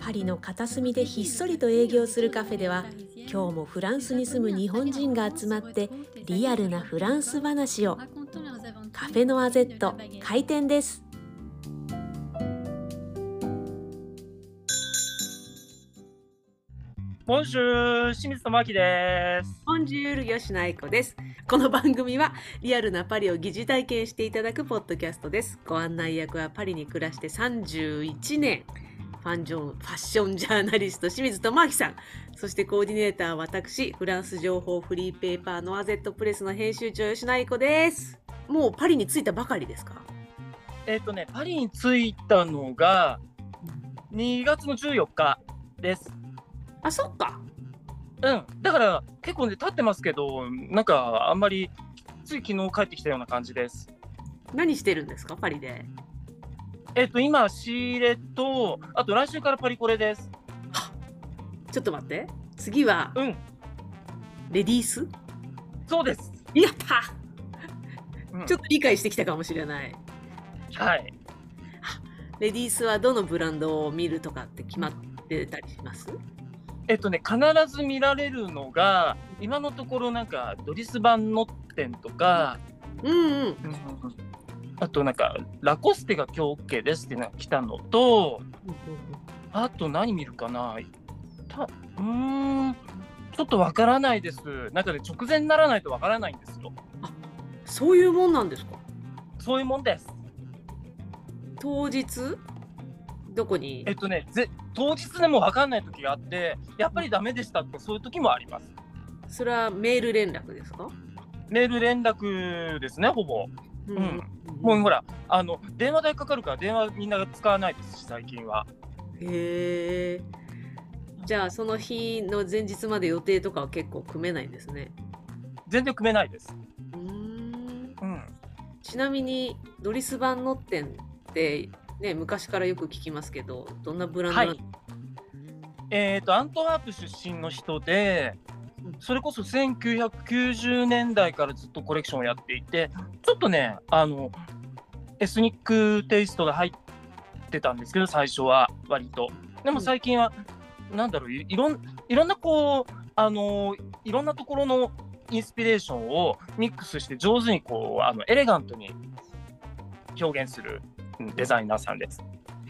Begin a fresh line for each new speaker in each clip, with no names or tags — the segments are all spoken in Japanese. パリの片隅でひっそりと営業するカフェでは今日もフランスに住む日本人が集まってリアルなフランス話をカフェノアゼット開店です
今週清水智明です。
ボンジュール吉野愛子です。この番組はリアルなパリを疑似体験していただくポッドキャストです。ご案内役はパリに暮らして31年。ファンジョンファッションジャーナリスト清水智明さんそしてコーディネーターは私フランス情報フリーペーパーのアゼットプレスの編集長吉野愛子ですもうパリに着いたばかりですか
えっ、とね、パリに着いたのが2月の14日です。
あそっか
うん。だから結構ね経ってますけど、なんかあんまりつい昨日帰ってきたような感じです。
何してるんですかパリで
えっ、と今仕入れとあと来週からパリコレです。
ちょっと待って次は
うん。
レディース
そうです。
やった、
うん
ちょっと理解してきたかもしれない
はい。
レディースはどのブランドを見るとかって決まってたりします
えっ、とね必ず見られるのが今のところなんかドリス版の店とか。
うんうん。
あとなんかラコステが今日 OK ですってなんか来たのとあと何見るかなたうーんちょっとわからないですなんかね直前にならないとわからないんですよ
そういうもんなんですか
そういうもんです
当日どこに
えっとねぜ当日でもわかんない時があってやっぱりダメでしたとかそういう時もあります
それはメール連絡ですか
メール連絡ですねほぼ
うんも
もう
う
ほらあの電話代かかるから電話みんなが使わないですし最近は
へえじゃあその日の前日まで予定とかは結構組めないんですね
全然組めないです
うーん
うん
ちなみにドリス・バンノッテンってね昔からよく聞きますけどどんなブランドなんですか、
えー、とアントワープ出身の人でそれこそ1990年代からずっとコレクションをやっていてちょっとねあのエスニックテイストが入ってたんですけど最初は割とでも最近は、なんだろういいろんいろんなこうあのいろんなところのインスピレーションをミックスして上手にこうあのエレガントに表現するうんデザイナーさんです。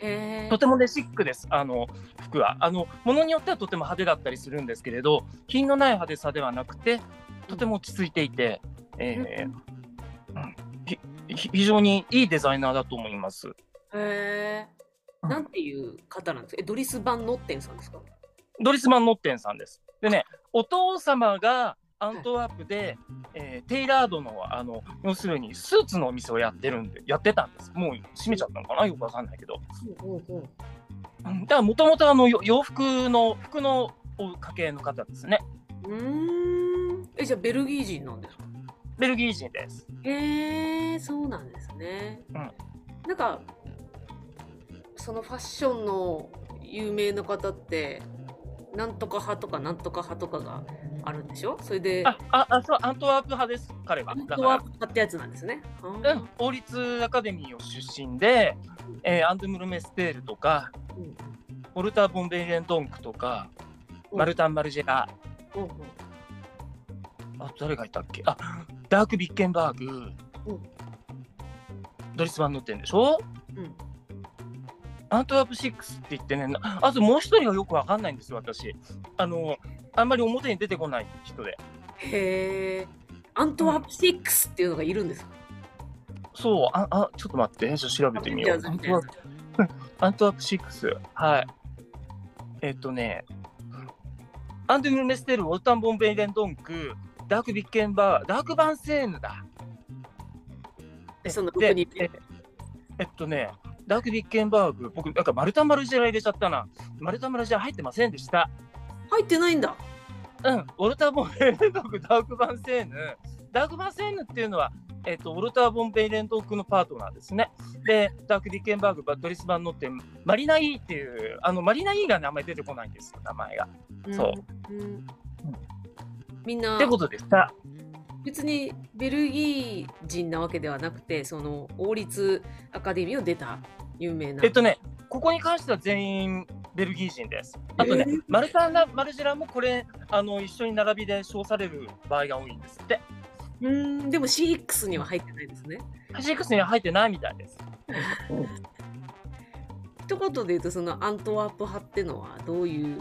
へえ
とてもねシックですあの服はあのものによってはとても派手だったりするんですけれど品のない派手さではなくてとても落ち着いていて、えーうんひひ非常にいいデザイナーだと思います
へ
う
え。
ん
なんていう方なんですか。え、ドリスバンノッテンさんですか。
ドリスマン・ノッテンさんですでねお父様がアントワープで、えーテイラードのあの要するにスーツのお店をやってるんでやってたんですもう閉めちゃったのかなよくわかんないけどうんだからもともと洋服の服のお家系の方ですね
うーん。え、じゃあベルギー人なんですか。
ベルギー人です
へえ、そうなんですね。
うん
なんかそのファッションの有名な方って。なんとか派とかなんとか派とかがあるんでしょそれで
あ、あ、あ、そう、アントワープ派です、彼は。
本
だ
当
か
は
ら、
派ってやつなんですね。
う
は
ん、王立アカデミーを出身で、えーアンドゥムルメステールとか、
あうん
ポルター・ボンベイレンドンクとか、
うん
マルタン・マルジェラ、
うん
あと誰がいたっけあ、ダーク・ビッケンバーグ、
うん
ドリス・バン乗ってんでしょ
うん
アントワープ6って言ってね、なあともう一人がよくわかんないんですよ、私。あの、あんまり表に出てこない人で。
へえ。アントワープ6っていうのがいるんですか。
そう、あ、あ、ちょっと待って、ちょっと調べてみよう。
アベンジャーズみ
アントワープ6。はい。えっとね、アンドゥ・ムルメステル、ウォルタン・ボンベイレン・ドンク、ダーク・ビッケンバー、ダーク・バンセーヌだ。え
その
で
僕に
ええっとね、ダーク・ビッケンバーグ、僕、なんかマルタ・マルジェラ入れちゃったな。マルタ・マルジェラ入ってませんでした。
入ってないんだ。
うん、ウォルター・ボンベイレンドーク、ダーク・バンセーヌ。ダーク・バンセーヌっていうのは、えっとウォルター・ボンベイレンドークのパートナーですね。で、ダーク・ディッケンバーグ、バドリス・バン乗って、マリナ・イーっていう、あのマリナ・イーがね、あんまり出てこないんですよ、名前が。そう
うん。うんみんな
ってことでした。
別にベルギー人なわけではなくてその王立アカデミーを出た有名な。
えっとね、ここに関しては全員、ベルギー人です。あとね、
えー
マルタンラマルジェラもこれあの一緒に並びで称される場合が多いんですって。
うんでも CX には入ってないですね。
シックスには入ってないみたいです。
一言で言うとそのアントワープ派ってのはどういう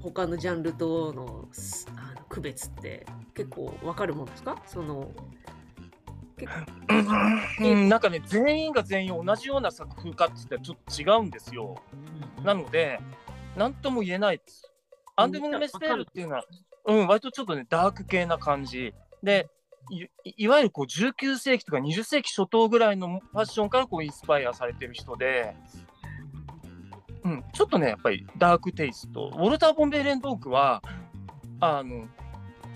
他のジャンルとのすあの区別って結構わかるもんですかその結構
うん、なんかね全員が全員同じような作風かっつってちょっと違うんですよ。なので何とも言えないです。アンデム・メステールっていうのは、うん、割とちょっとねダーク系な感じでいいわゆるこう19世紀とか20世紀初頭ぐらいのファッションからこうインスパイアされてる人で。うん、ちょっとねやっぱりダークテイストウォルター・ボンベイレンドークはあの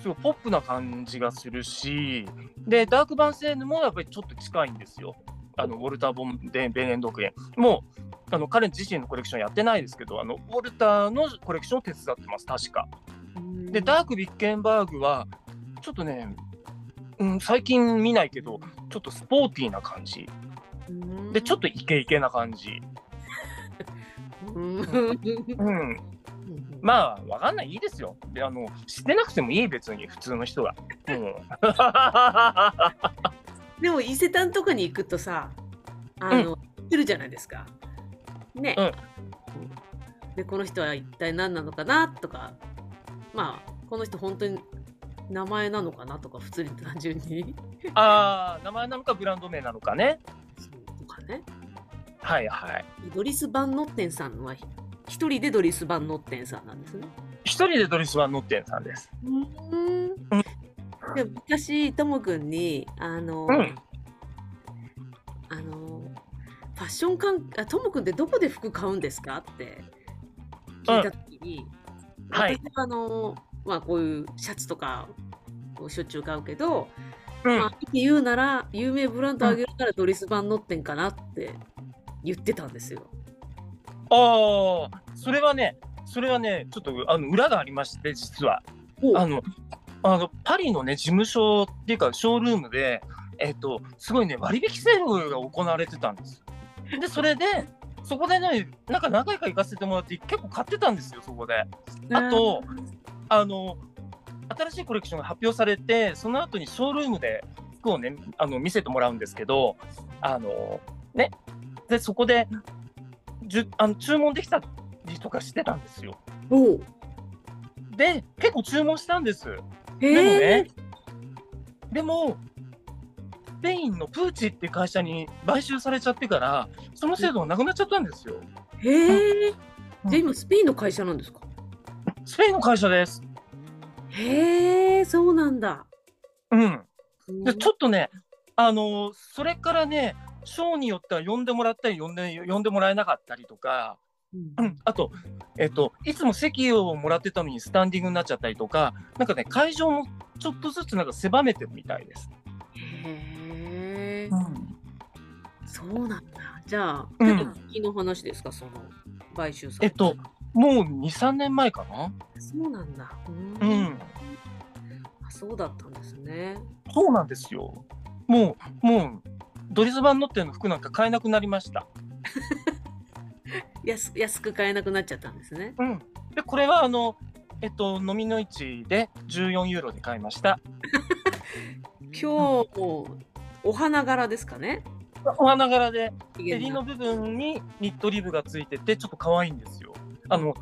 すごいポップな感じがするしでダーク版セーヌもやっぱりちょっと近いんですよあのウォルター・ボンベイレンドークへもうあの彼自身のコレクションやってないですけどあのウォルターのコレクションを手伝ってます確かでダーク・ビッケンバーグはちょっとね、うん、最近見ないけどちょっとスポーティーな感じでちょっとイケイケな感じ
と、うん
うんまあわかんないいいですよであの知ってなくてもいい別に普通の人がもう
でも伊勢丹とかに行くとさあの、売ってるじゃないですか。ね、
うん
でこの人は一体何なのかなとかまあこの人本当に名前なのかなとか普通に単純に
ああ名前なのかブランド名なのかね
そうとかね
はいはい
ドリス・バンノッテンさんは一人でドリス・バンノッテンさんなんですね。
一人でドリスワン乗ってんさんです
うん、でも昔ともくんにあの、
うん
あのファッション関あともくんってどこで服買うんですかって聞いた時に、
はい
私はあのまあこういうシャツとかをしょっちゅう買うけど、
うん
まあ、言うなら有名ブランドあげるからドリス・バンノッテンかなって言ってたんですよ。
ああそれはねそれはねちょっとあの裏がありまして実は
お
あのあのパリのね事務所っていうかショールームでえっとすごいね割引セールが行われてたんですでそれでそこでねなんか何回か行かせてもらって結構買ってたんですよそこであとあの新しいコレクションが発表されてその後にショールームで服をねあの見せてもらうんですけどあのねでそこでじゅあの注文できたりとかしてたんですよ
お
で結構注文したんです
へ
でもね
え、
でもスペインのプーチっていう会社に買収されちゃってからその制度がなくなっちゃったんですよ
へえ
うん
じゃあ今スペインの会社なんですか
スペインの会社です
へえそうなんだ。
うんでちょ
っ
っとね、あのそれからね、ショーによっては呼んでもらったり呼んで、呼んでもらえなかったりとか、うん、あと,、えっと、いつも席をもらってたのにスタンディングになっちゃったりとか、なんかね、会場もちょっとずつなんか狭めてるみたいです。
へえ、
ん、
そうなんだ。じゃあ、
うん
結構先の話ですか、その買収さ
え
れ
ったと、もう2、3年前かな。
そうなんだ。う
う
ーん
ん、
あ、そうだったんですね。
そうなんですよ。もう、もう、ドリズバン乗ってるの服なんか買えなくなりました。
安安く買えなくなっちゃったんですね。
うん、で、これはあの、えっと、飲みの市で14ユーロで買いました。
今日もお花柄ですかね。
お花柄で襟の
の
部分にニットリブがついててちょっと可愛いんですよあの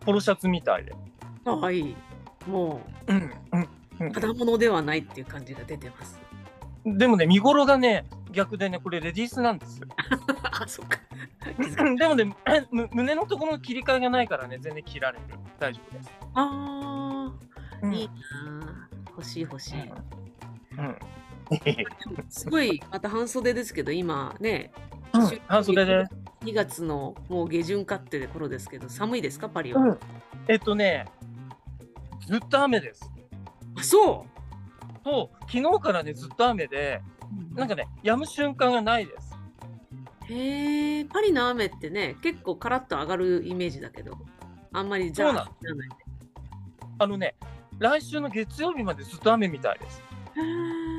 ポロシャツみたいで
かわいい。も
うん、
うただものではないっていう感じが出て ます。
うん、でもね見頃がね逆でねこれレディースなんです よ
あ、そ っか。
でもねむ胸のところの切り替えがないからね全然切られる大丈夫です、
ああ、
うん
いいなあ。欲しい欲しい。
う
すごいまた半袖ですけど今ね
んうん半袖で
2月のもう下旬かってところですけど寒いですかパリは、
うんえっとねずっと雨です
あそ
と昨日からねずっと雨で
う
なんかね止む瞬間がないです
へえパリの雨ってね結構カラッと上がるイメージだけどあんまりじゃ
そうな
あ
のあのね来週の月曜日までずっと雨みたいです
へえ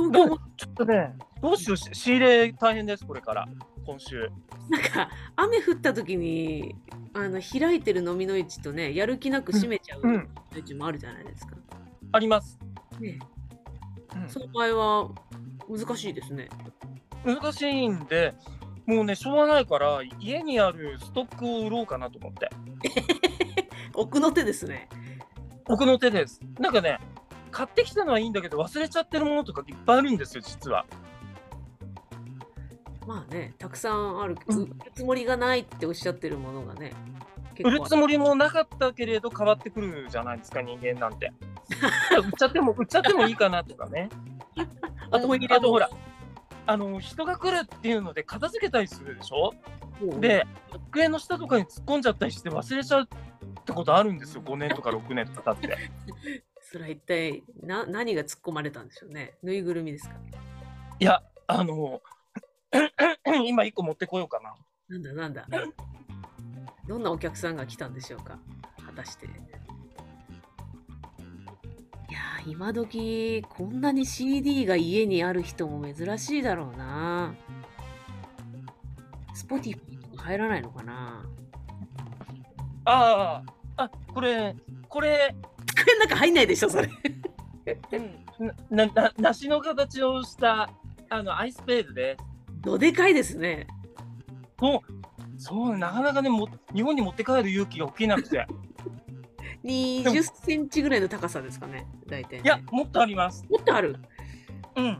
東京も
ちょっとね、どうしよう、し仕入れ大変です、これから。今週。
なんか雨降った時にあの開いてる飲みの市とねやる気なく閉めちゃう
う
飲
ん、
みの市もあるじゃないですか。
あります。
ね
うん
その場合は難しいですね。
難しいんで、もうね、しょうがないから、家にあるストックを売ろうかなと思って。
奥の手ですね。
僕の手です。なんかね、買ってきたのはいいんだけど、忘れちゃってるものとかいっぱいあるんですよ、実は。
まあねたくさんある
うん
売るつもりがないっておっしゃってるものがね
売るつ
り
もりもなかったけれど、変わってくるじゃないですか、人間なんて。売っちゃっても、売っちゃってもいいかなとかね。
あと
あとほら、あの、人が来るっていうので、片付けたりするでしょで、机の下とかに突っ込んじゃったりして忘れちゃうってことあるんですよ、5年とか6年とか経って。
それは一体な何が突っ込まれたんでしょうねぬいぐるみですか
いや、あの、 今1個持ってこようかな。
なんだなんだどんなお客さんが来たんでしょうか果たしていやー今時こんなに CD が家にある人も珍しいだろうな Spotify とか入らないのかな
ああ、あ、これ、これ、
机の中入んないでしょそれ
な、な、梨の形をした、あの、アイスペールで、
どでかいですね
もう、そう、なかなかね、も日本に持って帰る勇気が起きなくて。
20センチぐらいの高さですかね大体ね
いや、もっとあります。
もっとある
うん。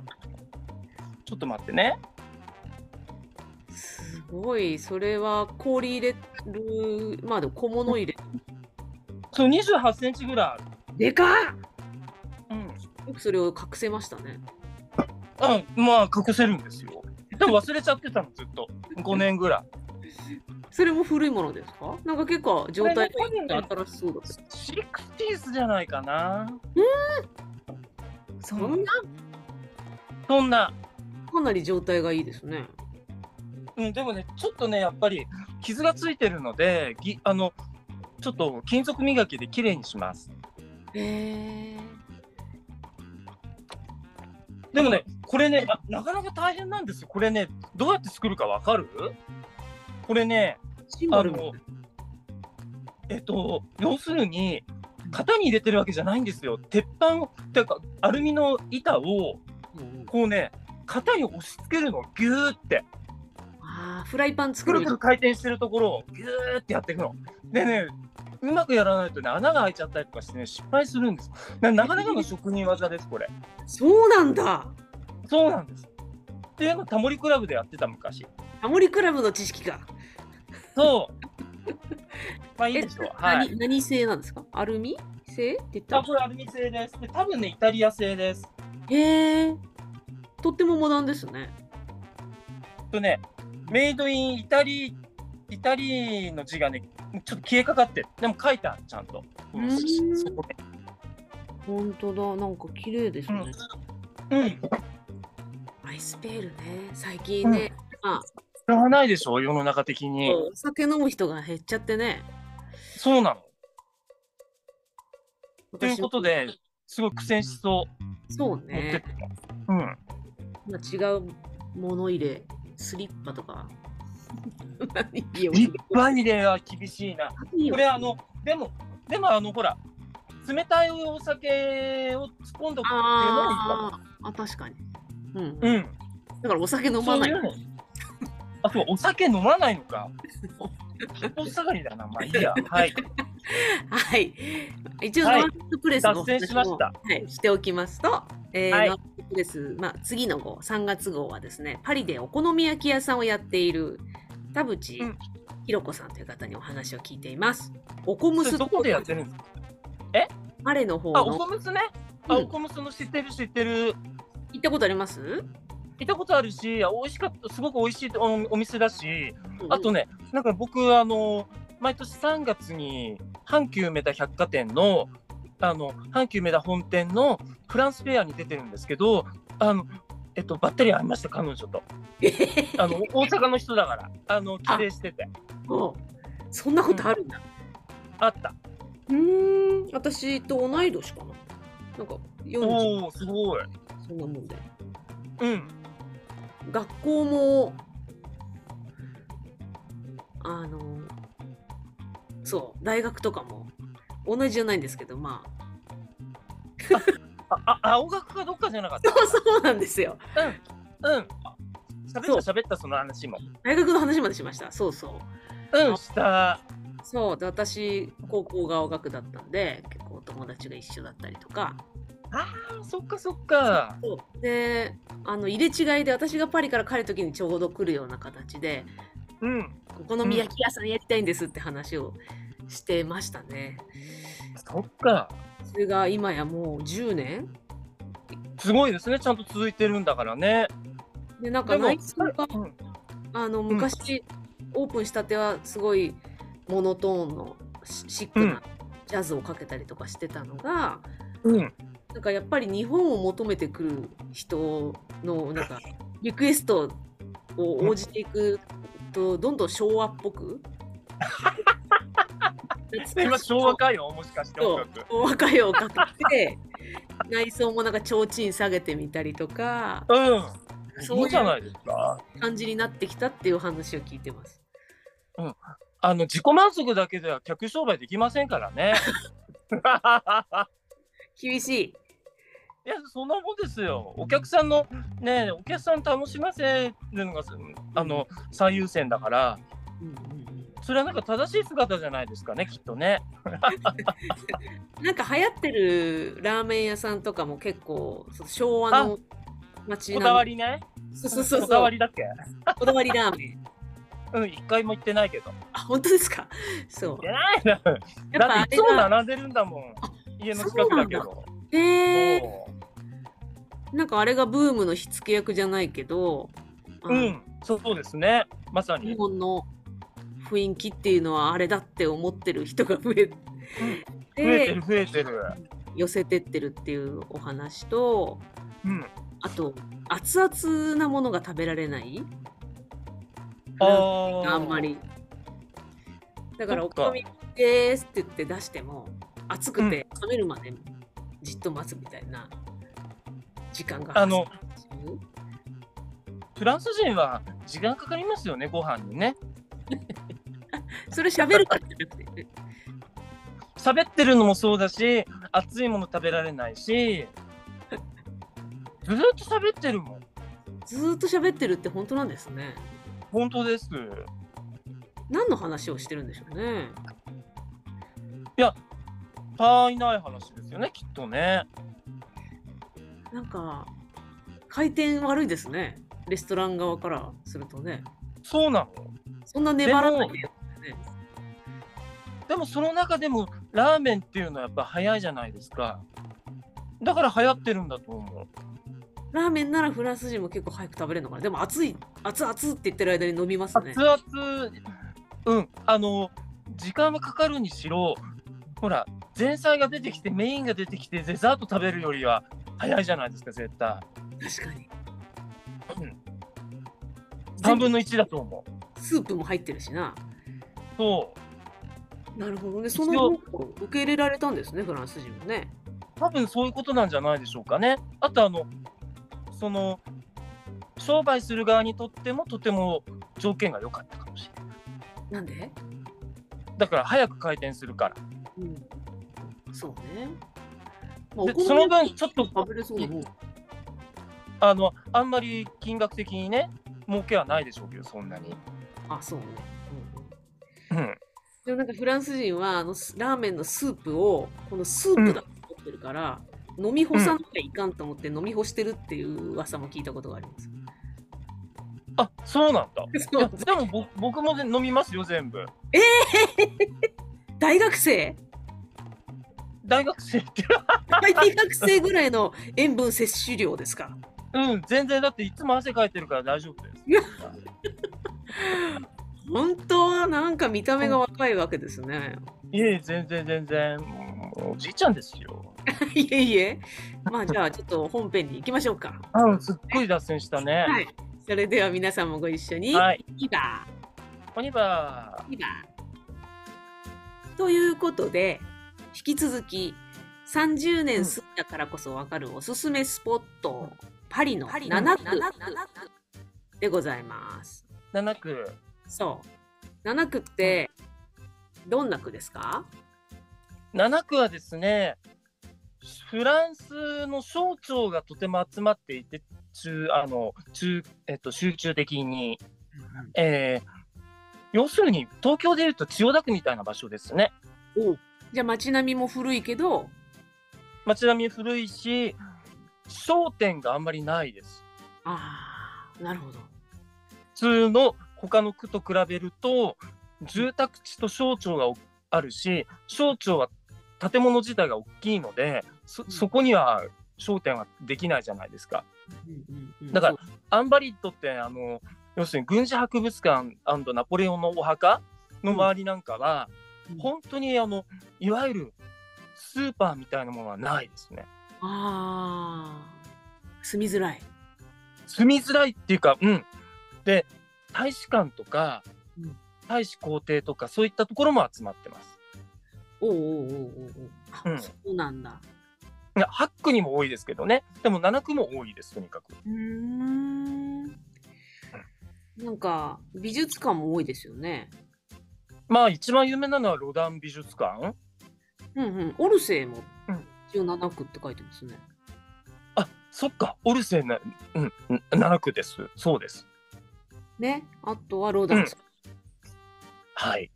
ちょっと待ってね。
すごいそれは氷入れるまあでも小物入れ
そう、28センチぐらいある。
でかっ
うん。
よくそれを隠せましたね
うん、まあ隠せるんですよ。でも忘れちゃってたのずっと5年ぐらい。
それも古いものですかなんか結構状態がいい
これね
って新しそうだった
シックスピースじゃないかな。
そんな
そんな、
かなり状態がいいですね
うん、でもねちょっとねやっぱり傷がついてるのでぎあのちょっと金属磨きで綺麗にします。
へえ
でもねこれねななかなか大変なんですよ。これねどうやって作るかわかるこれね
シンボ
あ
ルも
のえっと要するに型に入れてるわけじゃないんですよ。鉄板をてかアルミの板をこうね型に押し付けるのギューって。
あーフライパン作
く
る
るくる回転してるところをギューってやっていくの。でね、うまくやらないとね、穴が開いちゃったりとかしてね、失敗するんです。ななかなかの職人技です、これ。
そうなんだ
そうなんです。っていうのタモリクラブでやってた昔。
タモリクラブの知識が
そう。まあいいでしょう。はい。
何何製なんですかアルミ製って言った
あ、これアルミ製です。で、多分ね、イタリア製です。
へえとってもモダンですね
とね、メイドインイタリー、イタリーの字がね、ちょっと消えかかってる、でも書いてある、ちゃんと。
う
うんん、そこで
本当だなんか綺麗ですね、
うん。
アイスペールね最近ね、
使わないでしょ、世の中的に。
お酒飲む人が減っちゃってね
そうなの。という
私
こ
も
とですごい苦戦しそう
そう
持ってっ
ね
てた、うん
まあ、違う物入れスリッパと か何いいよ
立派にでは厳しいなこれあのでもでもあのほら冷たいお酒を突っ込んどくっていうのもいいか
あーあ確かにうん、
も
だ
うん
からお酒飲
そ
ま
う
ない
いうのあそうお酒飲まないのかお下がりだなまあいい やはい
はい。一応、
はい
ノンストッププレスのお話も
脱線しました
はい、しておきますと、えー
はい
ノンストッププレス、まあ、次の号、3月号はですね、パリでお好み焼き屋さんをやっている田淵
うん
ひろ子さんという方にお話を聞いています。おこむ
そ
す
れどこでやってるんですか
パレの方
あおこ
の。
むすねあ
うん
おこむすの知ってる知ってる
行ったことあります
行ったことあるしあ美味しかったすごく美味しいおお店だしあと
ね、
ね、なんか僕、あの、毎年3月に、阪急梅田百貨店の、あの、阪急梅田本店のフランスフェアに出てるんですけど、あの、えっと、ばったり会いました、彼女と。あの、大阪の人だから、あの、帰省してて。
おそんなことあるんだ。
あった。
うーん、私と同い年かな。なんか、40、
おおすごい。
そんなもんで。
うん。
学校もあのそう大学とかも同じじゃないんですけどまあ
ああ青学かどっかじゃなかっ
そうそうなんですよ
たうん喋った喋ったその話も
大学の話までしましたそうそう
うんした
そうで私高校が青学だったんで結構友達が一緒だったりとか
あそっかそっか
であの入れ違いで私がパリから帰る時にちょうど来るような形で
うん
お好み焼き屋さんやりたいんですって話をしてましたね。
そっか
それが今やもう10年
すごいですねちゃんと続いてるんだからね
でなんか
でも、
内装が
うん
あの昔、オープンしたてはすごいモノトーンのシシック
うん
なジャズをかけたりとかしてたのが、
うん、
なんかやっぱり日本を求めてくる人のなん かリクエストを応じていくとどんどん昭和っぽく。
今昭和かよもしかして音
と
楽
昭和歌謡をかけて内装もなんか提灯下げてみたりとか
うん
そういう
いいじゃないですか
感じになってきたっていう話を聞いてます。
あの自己満足だけでは客商売できませんから ね
厳しい。
いやそんなもんですよお客さんのねお客さんを楽しませるのがあの最優先だからそれはなんか正しい姿じゃないですかねきっとね
なんか流行ってるラーメン屋さんとかも結構その昭和の街
こだわ
り
りね
そうそうそうそう
こだわりだっけ
こだわりラーメン。
うん一回も行ってないけど
あ本当ですか。そう
行って。ないな
やっぱ
だ
あ
っ
れ
ていつも
が
並んでるんだもん家の近くだけど
へえ
も
なんかあれがブームの火付け役じゃないけど、あ
うう
の
んそうそうですねまさ
日
に
本の雰囲気っていうのはあれだって思ってる人が増えて、
増えてる増えてる
寄せてってるっていうお話と
うん
あと熱々なものが食べられない
あー
あんまりだから「
そ
お
っか
好みです」って言って出しても熱くて冷めるまでじっと待つみたいな時間が
あの
発生する
フランス人は時間かかりますよねご飯にね
それ喋るからじゃなくて
喋ってるのもそうだし熱いもの食べられないし ずーっと喋ってるもん
ずーっと喋ってるって本当なんですね
本当です
何の話をしてるんでしょうね
他愛ない話ですよねきっとね
なんか回転悪いですねレストラン側からするとね
そうなの
そんな粘らないでやってね
でもその中でもラーメンっていうのはやっぱ早いじゃないですかだから流行ってるんだと思う
ラーメンならフランス人も結構早く食べれるのかなでも熱い熱々って言ってる間に飲みますね
熱々うんあの時間はかかるにしろほら前菜が出てきてメインが出てきてデザート食べるよりは早いじゃないですか絶対
確かに
3分の1だと思う
スープも入ってるしな
そう
なるほどね
一応
その文化を受け入れられたんですねフランス人もね
多分そういうことなんじゃないでしょうかねあとあのその商売する側にとってもとても条件が良かったかもしれない
なんで、
だから早く回転するから
うん、そうね、ま
でその分
焼き
ちょっと
食べれそうなもん
あのあんまり金額的にね儲けはないでしょうけどそんなに
あそうね、うんうん
うん
でもなんかフランス人はあのスラーメンのスープをこのスープだと思ってるから、飲み干さなきゃいかんと思って飲み干してるっていう噂も聞いたことがあります。
あそうなんだいや
そう
でもぼ僕もね飲みますよ全部
大学生
大学生って
大学生ぐらいの塩分摂取量ですか
うん全然だっていつも汗かいてるから大丈夫です
いや本当はなんか見た目が若いわけですね。
いえいえ全然全然もうおじいちゃんですよ
いえいえ。まあじゃあちょっと本編に行きましょうか。
うんすっごい脱線したね
はい。それでは皆さんもご一緒に。
はい
いば
オニバ
いいなということで引き続き30年過ぎたからこそ分かるおすすめスポット、パリの7区でございます。
ー7区
そう7区ってどんな区ですか
7区はですねフランスの省庁がとても集まっていて中あの中、えっと、集中的に、えー要するに東京でいうと千代田区みたいな場所ですね
じゃあ街並みも古いけど
街並み古いし商店があんまりないです
ああなるほど
普通の他の区と比べると住宅地と省庁があるし省庁は建物自体が大きいのでそそこには商店はできないじゃないですか。だからアンバリッドってあの要するに軍事博物館ナポレオンのお墓の周りなんかは、
うん
本当にあのいわゆるスーパーみたいなものはないですね。
ああ住みづらい、
住みづらいっていうか、うん。で大使館とか、
うん
大使公邸とかそういったところも集まってます。
おうおうおうおうおうあ、
うん
そうなんだ
いや8区にも多いですけどねでも7区も多いですとにかく。
うーんなんか美術館も多いですよね
まあ一番有名なのはロダン美術館
うんうんオルセーも
うん
17区って書いてますね、
あそっかオルセーな、うん、7区ですそうです。
ねあとはローダンス、
はい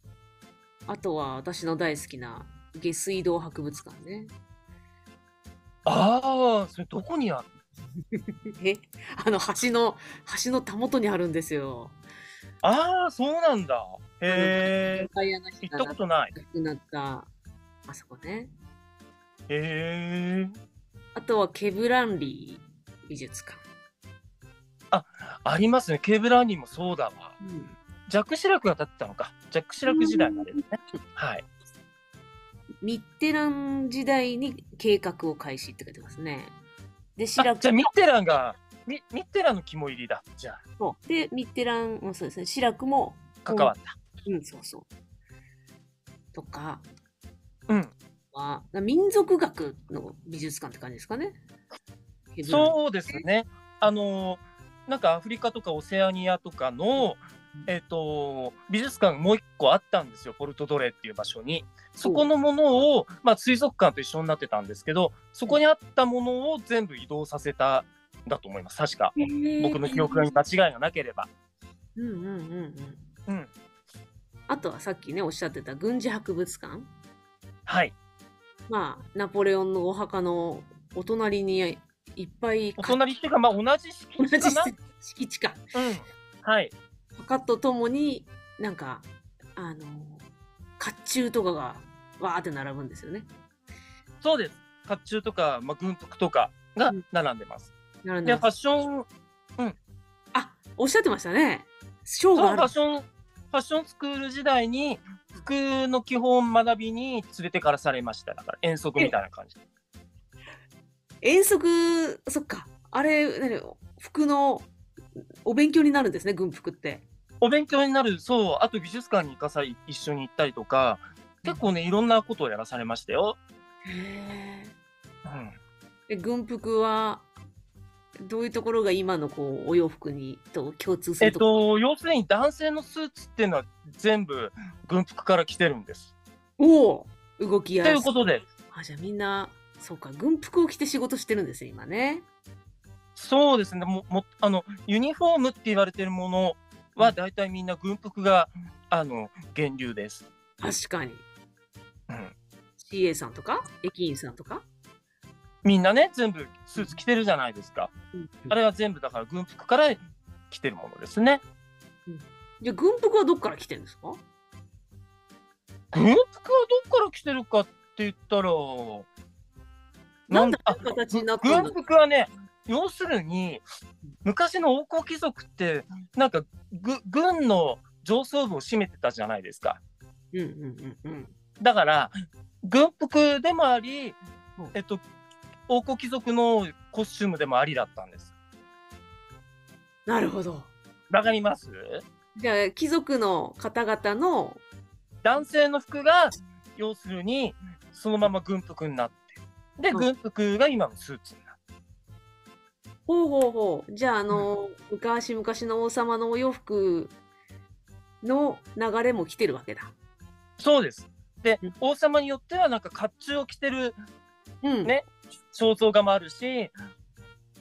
あとは私の大好きな下水道博物館ね
ああ、それどこにある
えあの橋の橋のたもとにあるんですよ
ああ、そうなんだ。へえ、
ダイアナ妃
行
が
ったことない。
亡くなったあそこね
へえ。
あとはケブランリー美術館、
ありますね。ケーブラーニーもそうだわ。
うん
ジャック・シラクが建てたのか。ジャック・シラク時代までね。はい。
ミッテラン時代に計画を開始って書いてますね。で、シラ
あ
ク
じゃあ、ミッテランが、ミミッテランの肝入りだ。じゃあ、
も、で、ミッテランもそうですね、シラクも、
関わった。
うん、そうそう。とか
うん。
は、民族学の美術館って感じですかね。
そうですね。あのーなんかアフリカとかオセアニアとかの、えっ、と、美術館がもう一個あったんですよ、ポルトドレっていう場所に。そこのものを、まあ、水族館と一緒になってたんですけど、そこにあったものを全部移動させたんだと思います、確か。
へー
僕の記憶に間違いがなければ。
うんうんうんうん。
うん。
あとはさっきね、おっしゃってた軍事博物館。
はい。
まあ、ナポレオンのお墓のお隣にいっぱい
お隣っていうか、まあ、同じ敷
同
地
じ
かな。
敷地か。
うん。はい。
墓とともになんかあの甲冑とかがわーって並ぶんですよね。
そうです。甲冑とか、まあ、軍服とかが並んでます。
並んで
で、フ
ます
ァッション
あおっしゃってましたね。ショー
そう
が
フ
あ
ァッ
る。
ションファッションスクール時代に服の基本学びに連れてからされましただから遠足みたいな感じ
遠足そっかあれ何服のお勉強になるんですね軍服って。
お勉強になるそうあと美術館に行かさい一緒に行ったりとか結構ねいろんなことをやらされましたよ、
へ
うん、
え。軍服はどういうところが今のこうお洋服にと共通す
えっ
るところ、
と要するに男性のスーツっていうのは全部軍服から来てるんです
おお動き
と
や
いう
す
ことで
あじゃあみんなそうか軍服を着て仕事してるんですね今ね。
そうですねももあのユニフォームって言われてるものは大体みんな軍服があの源流です、
確かに。
うん、
CA さんとか駅員さんとか、
みんなね全部スーツ着てるじゃないですかあ
あれ
れは全部だから軍服から来てるものですね。
じゃあ軍服はどっから来てるんですか
軍服はどっから来てるかって言ったら、
なん
だ
だこういう形になってる
軍
の
服はね、要するに昔の王侯貴族ってなんかぐ軍の上層部を占めてたじゃないですか。
うんうんうんうん
だから軍服でもあり
うん、
えっと王侯貴族のコスチュームでもありだったんです。
なるほど
わかります？
じゃあ貴族の方々の
男性の服が要するにそのまま軍服になってで
うん
軍服が今のスーツになって
ほうほうほうじゃああの、昔々の王様のお洋服の流れも来てるわけだ。
そうです。で
うん、
王様によってはなんか甲冑を着てる
うん、
ね肖像画もあるし、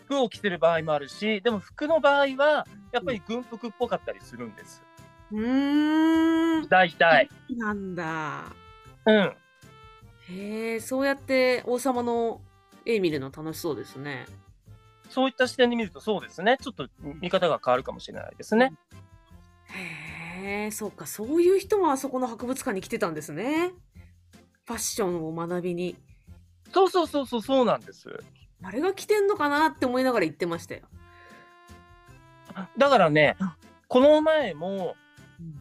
服を着てる場合もあるし、でも服の場合はやっぱり軍服っぽかったりするんです。
うーん
大体。
なんだ。
うん。
へえ、そうやって王様の絵見るの楽しそうですね。
そういった視点で見るとそうですね。ちょっと見方が変わるかもしれないですね。
へえ、そうか、そういう人もあそこの博物館に来てたんですね。ファッションを学びに。
そうそうそうそうそうなんです。
あれが来てんのかなって思いながら行ってましたよ。
だからね、この前も
うん、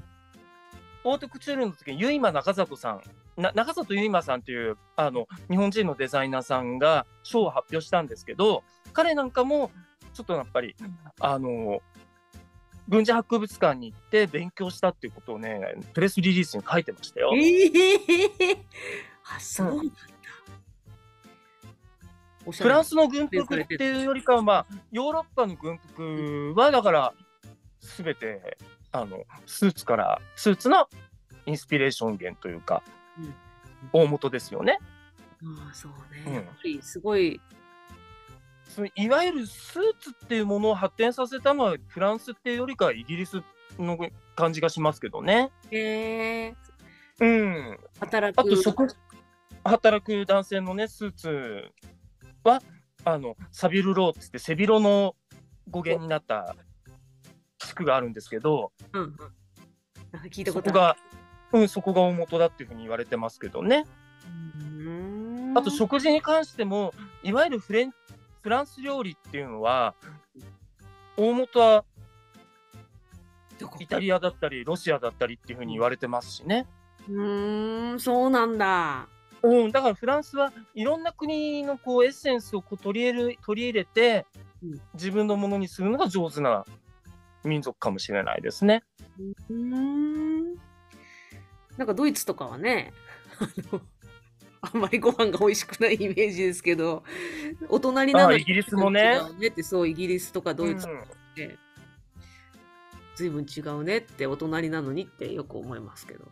オートクチュールの時にユイマ中里さん、な中里ユイマさんというあの日本人のデザイナーさんが賞を発表したんですけど、彼なんかもちょっとやっぱりあの軍事博物館に行って勉強したっていうことをね、プレスリリースに書いてましたよ。
ええあ、そうなんだ。おしゃ
フ
れ
ランスの軍服っていうよりかは、まあ、ヨーロッパの軍服はだから全てあのスーツからスーツのインスピレーション源というか、大元ですよね。
ああ、そう
うん
ね。やっぱりすごい。
そのいわゆるスーツっていうものを発展させたのはフランスっていうよりかはイギリスの感じがしますけどね。
へえ、
うん、
働く。
あと食働く男性のねスーツはあのサビルローっつって背広の語源になった服があるんですけど
うんうん。なんか聞いた
そ
こ
こと
ある
が、うん、そこが大元だっていうふうに言われてますけどね
うーん
あと食事に関してもいわゆるフレンフランス料理っていうのは大元は
どこ
イタリアだったりロシアだったりっていうふうに言われてますしね。
うーん、そうなんだ。
うん、だからフランスはいろんな国のこうエッセンスをこう取り入れる取り入れて
うん
自分のものにするのが上手な民族かもしれないですね。
うーん。なんかドイツとかはね、あの、あんまりご飯が美味しくないイメージですけど、お隣なの
あイギリスも
違
ね
うねってそう、イギリスとかドイツ
う
っ
ん
て、随分違うねって、お隣なのにってよく思います けど。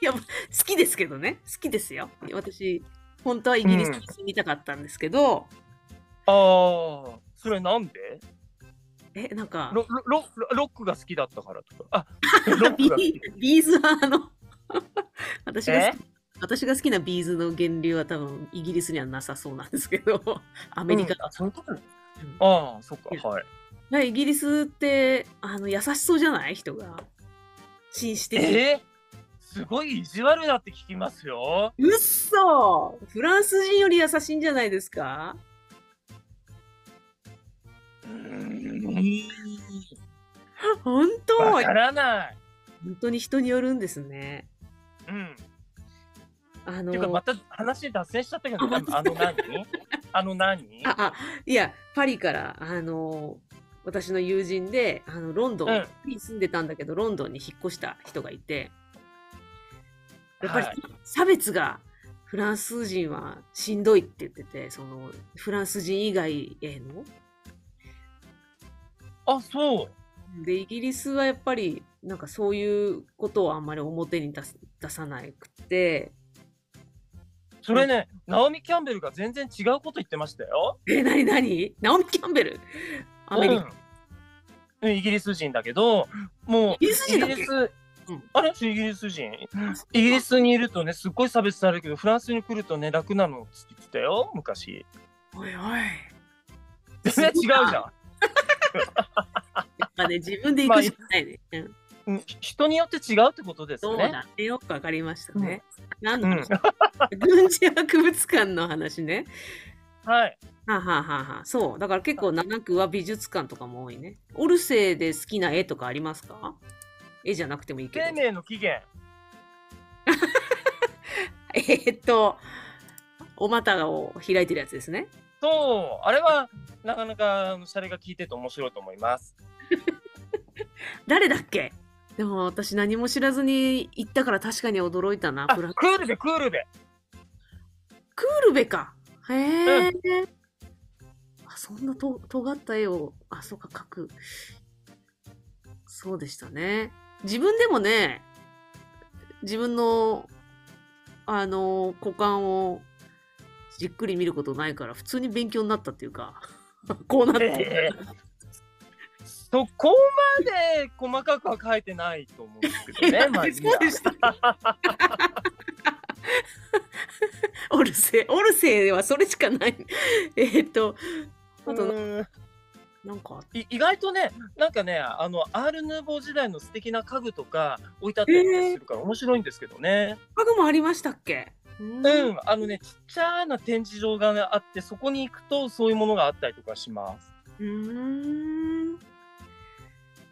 いや、好きですけどね、好きですよ。私、本当はイギリスに住みたかったんですけど、
ああそれなんで
え、なんか、
ロロロロックが好きだったからとか。 あロックが好き
ビービーズはあの 私が
え
好き私が好きなビーズの源流は多分イギリスにはなさそうなんですけどアメリカ、
うんあそういうことなのああそっかはい。
はいイギリスってあの優しそうじゃない人が紳士的
えー、すごい意地悪だって聞きますよ。
うっそフランス人より優しいんじゃないですか本当
わか
本
らない。
当に人によるんですね
うん
あ
っ
の
ていうかまた話脱線しちゃったけど、ね、あの何あの何
ああいやパリからあの私の友人であのロンドン、
うん
パリに住んでたんだけどロンドンに引っ越した人がいてやっぱり、
はい
差別がフランス人はしんどいって言っててそのフランス人以外への
あそう
でイギリスはやっぱりなんかそういうことをあんまり表に出す出さなくて
それね、ナオミ・キャンベルが全然違うこと言ってましたよ。
え何何ナオミ・キャンベルアメリカ、
うんイギリス人だけど、もう
イギリス
イ
人だ
ギ
っけ
リス
うん、
あれイギリス人イギリスにいるとね、すっごい差別されるけど、フランスに来るとね、楽なのって言ってたよ、昔。
おいおい
全然 違うじ
やっ
ゃ
ぱね自分で行くしかないね、うん
んうん。人によって違うってことです
そう
ね。
だね。よくわかりましたね。何
う
の
ん
話、、 軍事博物館の話ね。
はい。
はあはあはあはあそう。だから結構7区は美術館とかも多いね。オルセーで好きな絵とかありますか絵じゃなくてもいいけど
生。命の起源。
えーっと、お股を開いてるやつですね。
そう、あれはなかなかあのシャレが効いてて面白いと思います。
誰だっけでも私何も知らずに行ったから確かに驚いたな。
あ、
プ
ク
ラク
ールベ、クールベ。
ールベか。へえ、あそんなと尖った絵を、あ、そうか、描く。そうでしたね。自分でもね、自分の、あの、股間をじっくり見ることないから、普通に勉強になったっていうか、 こうなって。。
えーそこまで細かくは書いてないと思うんですけどね まあ
そ
いういや
でした。 オルセイ、オルセイはそれしかない。えーっと、あと
うん
なんかあった、
い意外とね、なんかね、あのアールヌーボー時代の素敵な家具とか置いてあったりとかするから面白いんですけどね。
家具もありましたっけうん
うん、あのね、ちっちゃな展示場がねあって、そこに行くとそういうものがあったりとかします。
うーん。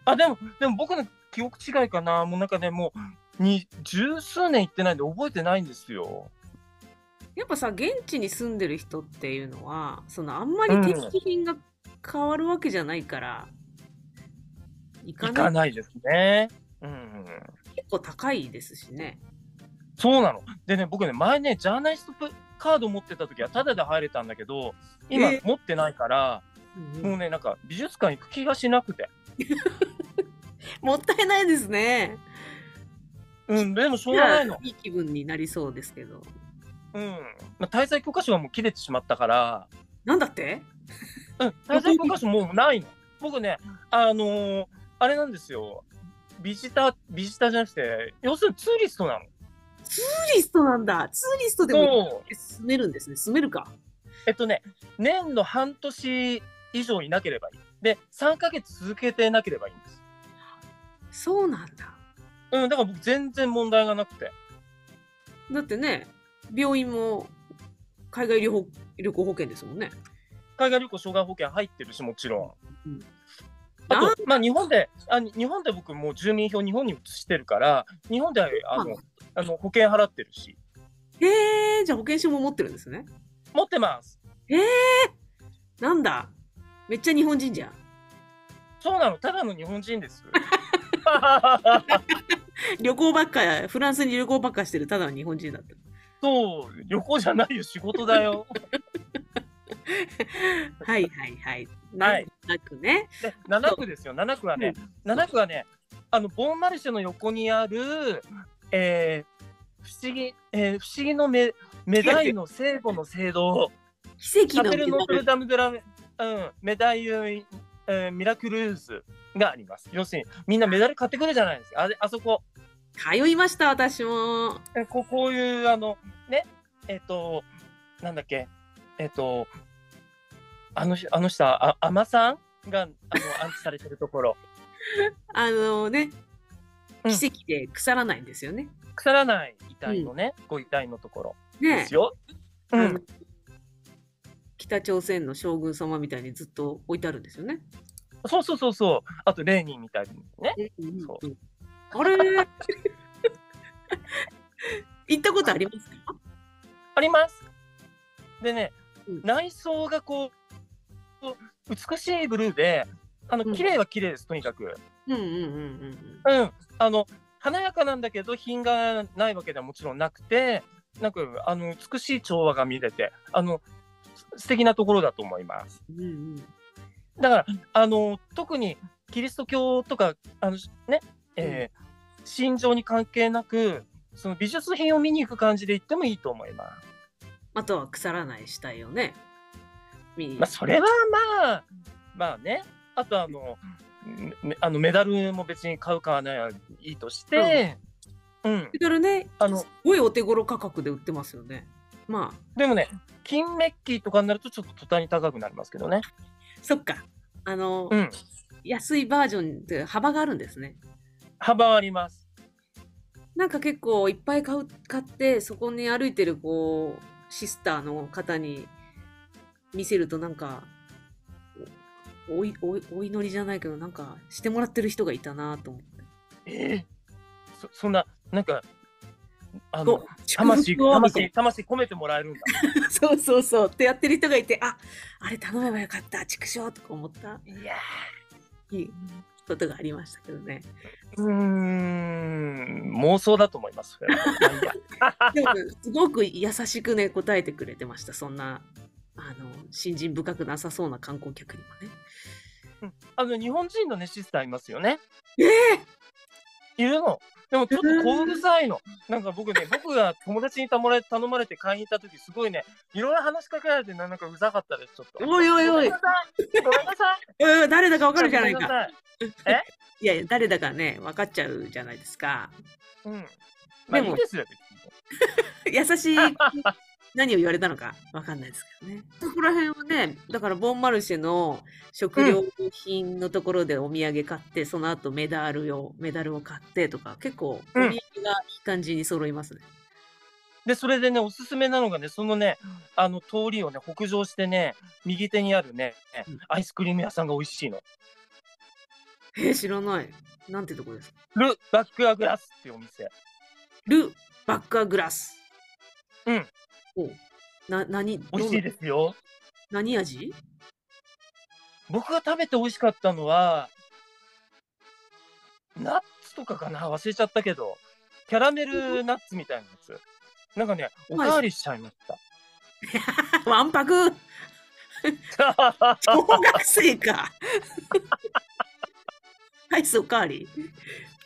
あ、でも、でも僕の記憶違いかな。もうなんかね、もう、に、十数年行ってないんで覚えてないんですよ。
やっぱさ現地に住んでる人っていうのはそのあんまり定期品が変わるわけじゃないから、行か
行
な
か
い
ないですね。うん。
結構高いですしね。
そうなの。でね、僕ね、前ね、ジャーナリストプカード持ってた時はタダで入れたんだけど、今
えー
持ってないから、
うん
もうね、なんか美術館行く気がしなくて。
もったいないですね。
うん、でもしょうがないの。
いい気分になりそうですけど。
うん。まあ、滞在許可証はもう切れてしまったから、
なんだって
うん、滞在許可証もうないの。僕ね、あのーあれなんですよ。ビジター、ビジターじゃなくて、要するにツーリストなの。
ツーリストなんだツーリストでも
そう。
住めるんですね。住めるか。
えっとね、年の半年以上いなければいい。で、3ヶ月続けてなければいいんです。
そうなんだ。
うん、だから僕全然問題がなくて。
だってね病院も海外旅行旅行保険ですもんね。
海外旅行障害保険入ってるし、もちろん。
うん
あと、まあ、日本で、あに日本で僕もう住民票日本に移してるから、日本であの、あの保険払ってるし、
へえじゃあ保険証も持ってるんですね。
持ってます。
なんだめっちゃ日本人じゃん。
そうなの、ただの日本人です。
旅行ばっか、フランスに旅行ばっかしてるただの日本人だった。
そう、旅行じゃないよ、仕事だよ。
はいはいはい。
は
ないんとなくね。
で7区ですよ、7区はね、7区はね、あのボンマルシェの横にある、えー不思議、えー不思議のメメダイの聖母の聖堂、
奇
チ
跡
ャ
の
ペルノートルダム・ドラ、うん、メダイユ、えーミラクルーズがあります。要するに、みんなメダル買ってくるじゃないですか、あれあそこ、
通いました、私も。
えここういう、あの、ね、えっ、と、なんだっけ、えっ、と、あの人、あの人は、あ、あまさんが、あの、安置されてるところ。
あのね、
うん
奇跡で腐らないんですよね。
腐らない遺体のね、ご遺体のところで
ね
すよ。
あ
う
の
ん、
北朝鮮の将軍様みたいにずっと置いてあるんですよね。
そうそうそうそう。あとレーニンみたいにね。そ
あれ 行ったことありますか
あります。でね、
うん
内装がこう美しいブルーで、あの
うん
綺麗は綺麗ですとにかく。
うんうんうんうん
うん、あの華やかなんだけど品がないわけではもちろんなくて、なんかあの美しい調和が見れて、あのす素敵なところだと思います。
うん。うんうん
だからあの特にキリスト教とかあのね、えー信条に関係なくその美術品を見に行く感じで行ってもいいと思いま
あとは腐らない死体をね。見に
す。まあそれはまあまあねあとあのめあのメダルも別に買う買わないはいいとして、うん
メダルね、
あの
すごいお手頃価格で売ってますよね。まあ、
でもね金メッキとかになるとちょっと途端に高くなりますけどね。
そっか。あの、
うん
安いバージョンって幅があるんですね。
幅はあります。
なんか結構いっぱい買う買って、そこに歩いてるこう、シスターの方に見せるとなんか、おおいおいお祈りじゃないけど、なんかしてもらってる人がいたなと思って。
えーそそんななんかあ
そ
の
う
魂
祝福をみたい
魂魂込めてもらえるんだ。
な そうそうそうってやってる人がいて、ああれ頼めばよかった、畜生とか思った
いや
いいことがありましたけど ね。
うーん、妄想だと思います。それ はまあいいや
でもすごく優しくね答えて くれてましたそんなあの信心深くなさそうな観光客にもね
あの日本人のねシスターいますよね
え
いるのでもちょっと小うるさいのなんか僕ね僕が友達に頼まれ頼まれて買いに行った時すごいねいろいろ話しかけられてねなんかうざかったですちょっと
おいおい
ご
お
めん
い
な。さいごめんなさい
うん誰だか わかるじゃない
ごめん
か。
さい
いやいや、誰だかね、分かっちゃうじゃないですか。
うんまあ
で
い
も
いですよ別に
優しい何を言われたのかわかんないですけどね。そこら辺はね、だからボンマルシェの食料品のところでお土産買って、その後メダルをメダルを買ってとか、結構お土
うん
産がいい感じに揃いますね。
でそれでねおすすめなのがねそのねあの通りをね北上してね右手にあるね
うん
アイスクリーム屋さんが美味しいの
えー知らない。なんてとこですか。
ル・バック・ア・グラスっていうお店
ルバッカーグラス。
うん。
おな何
美味しい
どんな
ですよ
何味？
僕が食べて美味しかったのはナッツとかかな忘れちゃったけどキャラメルナッツみたいなやつなんかねおかわりしちゃいました
わんぱく。 小学生か。アイスおかわり。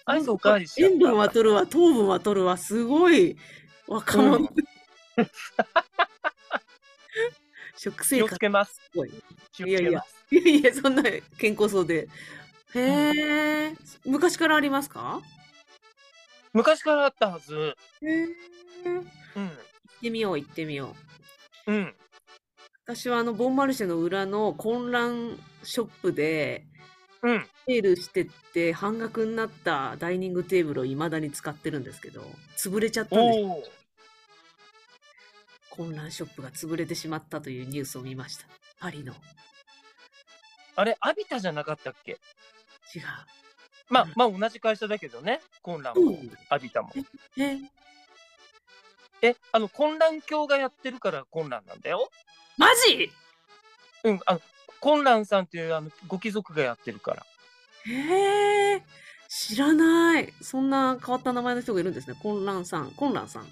アイスおかわりしちゃった
塩分は取るわ、糖分は取るわ、すごい若者。
うん
食
気
生
を
活
つけます
すごい。
気をつけます
いやいやいやいや、そんな健康そうで。へえ、昔からありますか
昔からあったはず
へえ。行っ
うん
てみよう、行ってみよう。
うん
私はあの、ボンマルシェの裏の混乱ショップで、
うん
セールしてって半額になったダイニングテーブルを未だに使ってるんですけど、潰れちゃったんですよ
おお
混乱ショップが潰れてしまったというニュースを見ました。パリの。
あれアビタじゃなかったっけ
違
まあ
うん
まあ同じ会社だけどね混乱
う。
もアビタも
え、
えあの混乱教がやってるから混乱なんだよ
マジ
うんあの混乱さんっていうあのご貴族がやってるから
へえ、知らない。そんな変わった名前の人がいるんですね。混乱さん、混乱さん。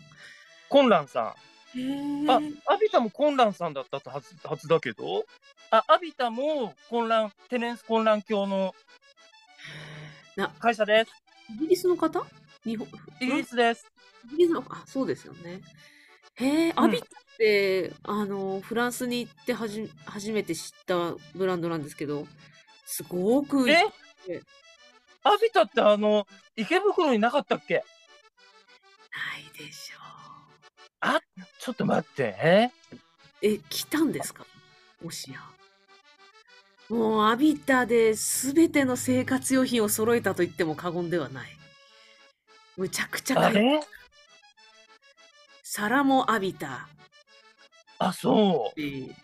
混乱さん
へえ。
あ、アビタも混乱さんだったはずはずだけど、あ、アビタも混乱、テネンス混乱教の
な、
会社です。
イギリスの方日本、
イギリスです。
イギリスの、あ、そうですよね。へえ、
ん
アビタって、あの、フランスに行ってはじ初めて知ったブランドなんですけど、すごく、
え
え
アビタってあの、池袋になかったっけ
ないでしょ
ちょっと待って。
う。え、来たんですかもしや。もう、アビタで全ての生活用品を揃えたと言っても過言ではない。むちゃくちゃ買
あ
い
れ
皿もアビタ。
あ、そう。
し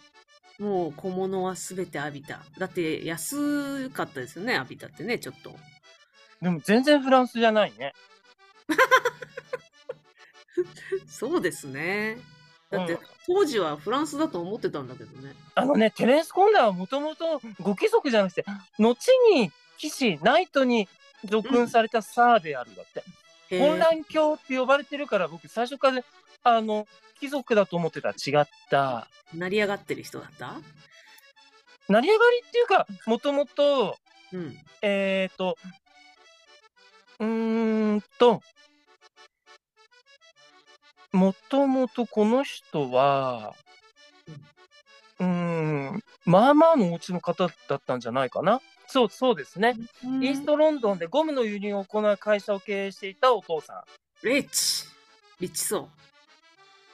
もう小物は全てアビタ。だって安かったですよね、アビタってね、ちょっと。
でも全然フランスじゃないね。
そうですね。だって、
うん
当時はフランスだと思ってたんだけどね。
あのね、テネンス混乱はもともとご貴族じゃなくて、後に騎士、ナイトに叙勲されたサーであるんだって。
へー
混乱教って呼ばれてるから、僕最初から、あの、貴族だと思ってたら違った。
成り上がってる人だった
成り上がりっていうかもともと
うん。
えっ、ー、とうーんともともとこの人はうーんまあまあのお家の方だったんじゃないかなそうそうですね、イーストロンドンでゴムの輸入を行う会社を経営していたお父さ
レッチ。リッチそ
ん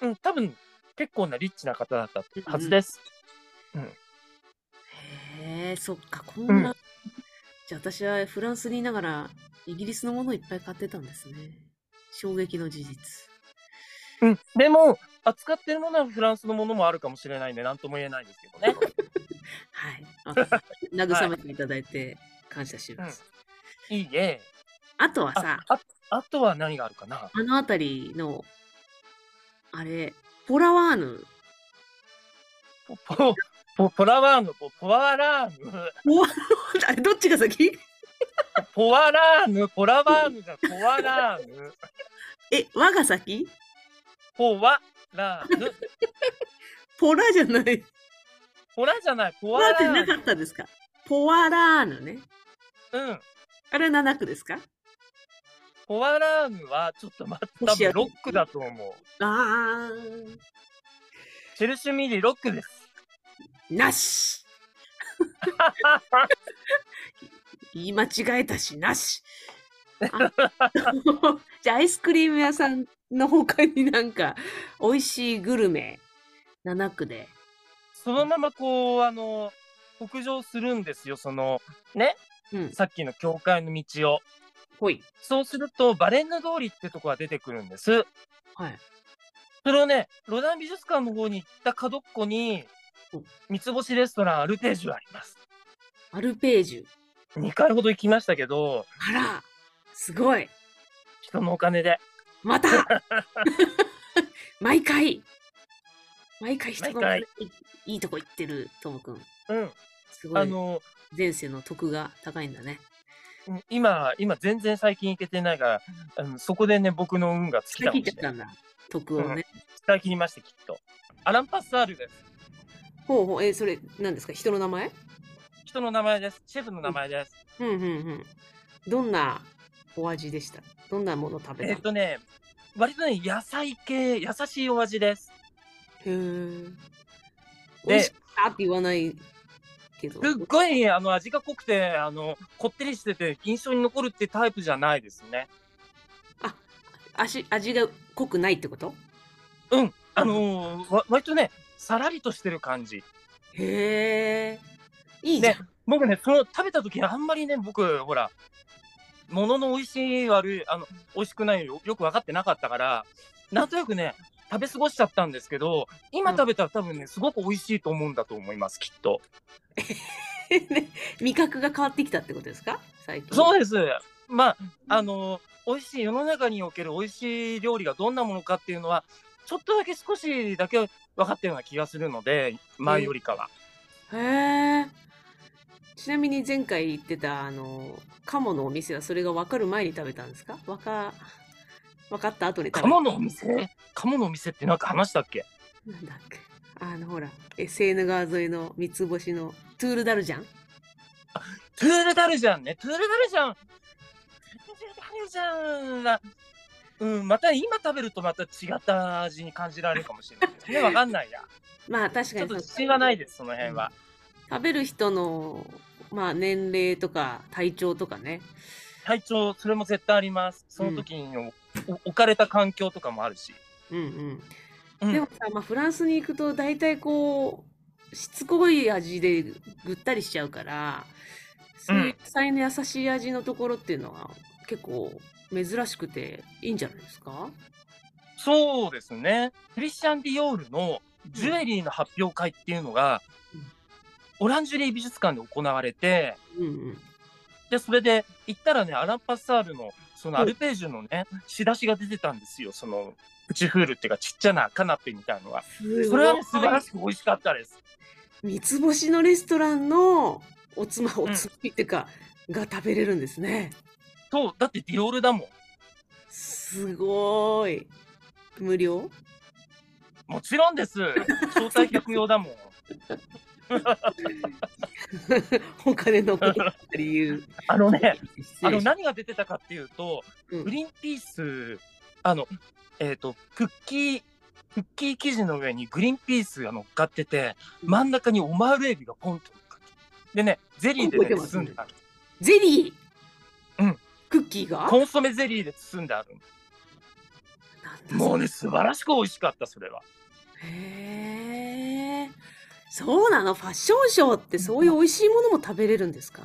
うん多分結構なリッチな方だったはずです、
う。へえ、そっか、こん
うん
な。じゃあ私はフランスにいながらイギリスのものをいっぱい買ってたんですね。衝撃の事実。
うん、でも扱ってるものはフランスのものもあるかもしれないんで何とも言えないですけ どね
はい。 あ慰めていただいて感謝します。
いいえ
あとはさ、
ああとは何があるかな
あの辺りの、あれ、ポラワーヌ。
ポポポポラワーヌポポワラーヌ
ポワあれ、どっちが先
ポワラーヌポラワーヌじゃポワラーヌ
え、和が先
ポワラーヌ
ポラじゃない。
ポラじゃないポ
ポ
ワ
ラって
ラ
な
ーヌ
かったですかポワラーヌね。
うん。
あれ7区ですか
ポワラーヌはちょっと待って、
も
多
しや
分ロックだと思う。
あー、
チェルシュミリロックです。
なし言い間違えたし、なしあじゃあ、アイスクリーム屋さんの他になんか、美味しいグルメ、7区で。
そのままこう、あの、北上するんですよ、その、ね、
うん、
さっきの教会の道を。
ほい。
そうすると、バレンヌ通りってとこが出てくるんです。
はい。
それをね、ロダン美術館の方に行った角っこに
うん、
三つ星レストランアルテージュあります。
アルページュ。
2回ほど行きましたけど、
あら、すごい。
人のお金で。
また毎回毎回人の
毎回
いいとこ行ってるともくん
うん。
すご
あ
い
の、
前世の徳が高いんだね
うん今、今全然最近行けてないから、あのそこでね、僕の運が尽き
使
た
い切
かも
っちゃ
し
った
れない。
んだ徳をね、
使い切りました、きっと。アランパッサールです。
ほうほうえーそれ何ですか人の名前
人の名前です。シェフの名前です。
うんうんうんどんなお味でしたどんなもの食べた
えっとね、割とね、野菜系、優しいお味です。
へー
で
美味しかったって言わないけど
すっごい、あの、味が濃くて、あの、こってりしてて、印象に残るってタイプじゃないですね。
あ味味が濃くないってこと
うん。あのーわ割とね、さらりとしてる感じ。
へえいいじゃん、
僕ね、その食べた時にあんまりね、僕、ほら、ものの美味しい、悪い、あの、美味しくないよ、よく分かってなかったから、なんとなくね、食べ過ごしちゃったんですけど、今食べたら多分ね、すごく美味しいと思うんだと思います、きっと。
ね味覚が変わってきたってことですか最近
そうです。まあ、あの、美味しい、世の中における美味しい料理がどんなものかっていうのは、ちょっとだけ少しだけ分かったような気がするので、前よりかは。
へえちなみに前回言ってたあの鴨のお店はそれが分かる前に食べたんですか分か分かった後に食べた
鴨のお店鴨のお店ってなんか話したっけ
なんだっけあのほらえセーヌ川沿いの三つ星のトゥールダルジャン
トゥールダルジャンね、トゥールダルジャン。トゥールダルジャンは、うん、また今食べるとまた違った味に感じられるかもしれないですね。わかんないや。
まあ 確か
ちょっ
に
と
さ
自信はないです、その辺は。
食べる人のまあ年齢とか体調とかね
体調、それも絶対あります。その時におお置かれた環境とかもあるし。
うんうん
うん
でもさ、まあ、フランスに行くと大体こうしつこい味でぐったりしちゃうからそういう野菜の優しい味のところっていうのは結構珍しくていいんじゃないですか
そうですね。クリスチャン・ディオールのジュエリーの発表会っていうのが
うん、
オランジュリー美術館で行われて、
うんうん
で、それで行ったらね、アラン・パッサールの、その
うん
アルページュのね、仕出しが出てたんですよ。その、プチフールっていうか、ちっちゃなカナッペみたいのが。それはね素晴らしく美味しかったです。
三つ星のレストランのおつまおつまみっていうか、が食べれるんですね
そう、だってディオールだもん。
すごーい無料
もちろんです。招待客 用だもん。
お金のことだった理由
あのね、
失
あ
礼
の、
し
何が出てたかっていうと、
うん
グリーンピース、あの、えっ、と、クッキー、クッキー生地の上にグリーンピースが乗っかってて、真ん中にオマールエビがポンと乗っかってでね、ゼリーで、
覚えて
ね、
ます
包んである。
ゼリー、
うん
クッキーが
コンソメゼリーで包んである。
なんだ
もうね、素晴らしく美味しかった、それは。
へえ。そうなのファッションショーってそういう美味しいものも食べれるんですか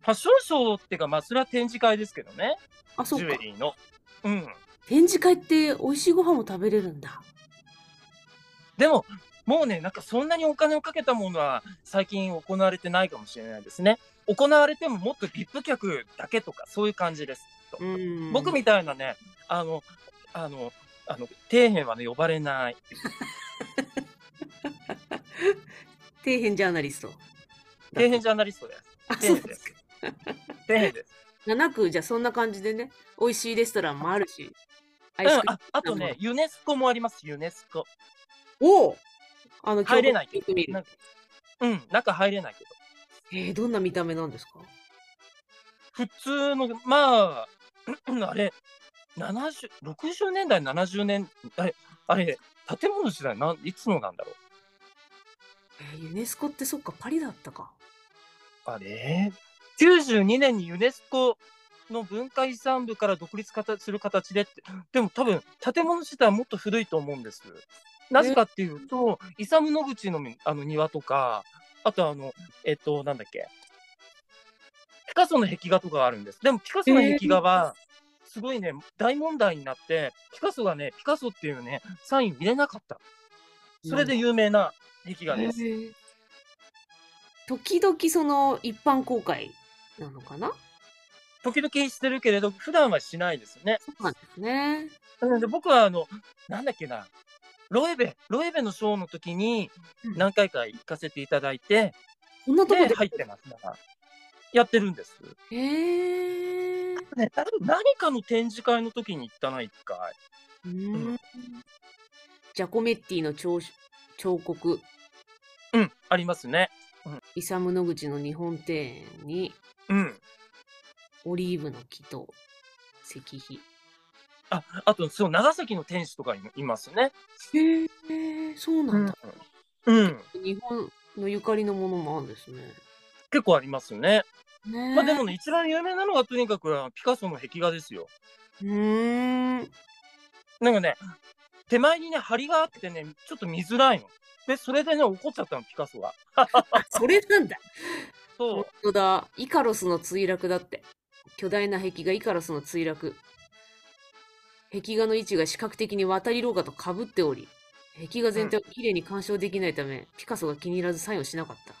ファッションショーっていうか、まあ、それは展示会ですけどね、
あ、そ
ジ
う
ュ
か
エ。リーの。うん。
展示会って美味しいご飯も食べれるんだ。
でも、もうね、なんかそんなにお金をかけたものは最近行われてないかもしれないですね。行われてももっと VIP 客だけとか、そういう感じです。きっと
ん
僕みたいなね、あの、あの、あの、底辺はね、呼ば れない。
底辺ジャーナリスト。
底辺ジャーナリストです。
あ、
底
そう
辺です。底辺です。
なく、じゃあそんな感じでね、美味しいレストランもあるし。ア
うん、ああとね、、ユネスコもあります、ユネスコ。
おおあの、
入れない
けど。
なんかうん、中入れないけど。
えー、どんな見た目なんですか
普通のまあ あれ70 60年代70年あれあれ建物自体なんいつのなんだろう
えーユネスコってそっかパリだったか。
あれ92年にユネスコの文化遺産部から独立かたする形でってでも多分建物自体はもっと古いと思うんですなぜかっていうとイサム・ノグチのみあの庭とかあとあのえっとなんだっけピカソの壁画とかがあるんですでもピカソの壁画はすごいね大問題になってピカソがねピカソっていうねサイン入れなかったそれで有名な壁画です
えー時々その一般公開なのかな
時々してるけれど普段はしないですよね
そうなんですね。
なので僕はあのなんだっけなロエベロエベのショーの時に
うん
何回か行かせていただいて、
こんなとこ
で
で。
入ってますだからやってるんです、
えー
ね、多分何かの展示会の時に行ったな一回
うーんジャコメッティの彫彫刻
うんありますね
イサム・ノグチの日本庭園に
うん
オリーブの木と石碑。
ああとそう長崎の天使とかにもいますね
へえ、そうなんだ。
うん
日本のゆかりのものもあるんですね。
結構ありますね、
ねえ
まあでもね一番有名なのはとにかくあのピカソの壁画ですよ
うーん。
なんかね手前にね梁があってねちょっと見づらいのでそれでね怒っちゃったのピカソが
あ、それなんだ。
そう
本当だ。イカロスの墜落だって。巨大な壁画イカロスの墜落。壁画の位置が視覚的に渡り廊下とかぶっており、壁画全体をきれいに鑑賞できないため、ピカソが気に入らずサインをしなかった。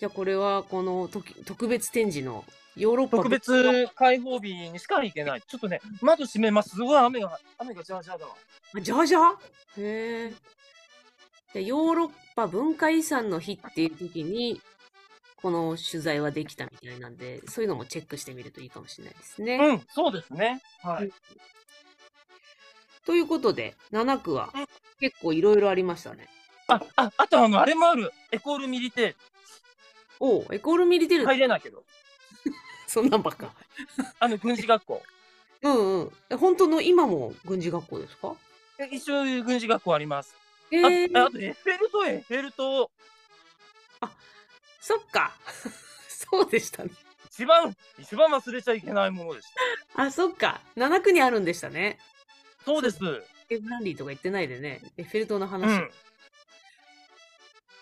じゃあこれはこの特特別展示のヨーロッパ
特別開放日にしか行けない。ちょっとね、窓閉めます。すごい雨が、雨がジャージャーだわ。
あじゃあじゃあへえ。でヨーロッパ文化遺産の日っていう時に、この取材はできたみたいなんで、そういうのもチェックしてみるといいかもしれないですね。
うん、そうですね。はい。
ということで、7区は
うん
結構いろいろありましたね。
あ、あ、あとあの、あれもある。エコールミリテ
おうエコールミリテ
ー
ル、
ル。入れないけど。
そんなんばっか。
あの、軍事学校。
うんうんえ。本当の今も軍事学校ですか
え一応、軍事学校あります。
へ
あ
え
あと、エッフェル塔、エッフェル塔。
そっか。 そうでしたね。
一番、一番忘れちゃいけないものでした。
あ、そっか。7区にあるんでしたね。
そうです。
エブランリーとか言ってないでね。エッフェル塔の
う
話。
ん。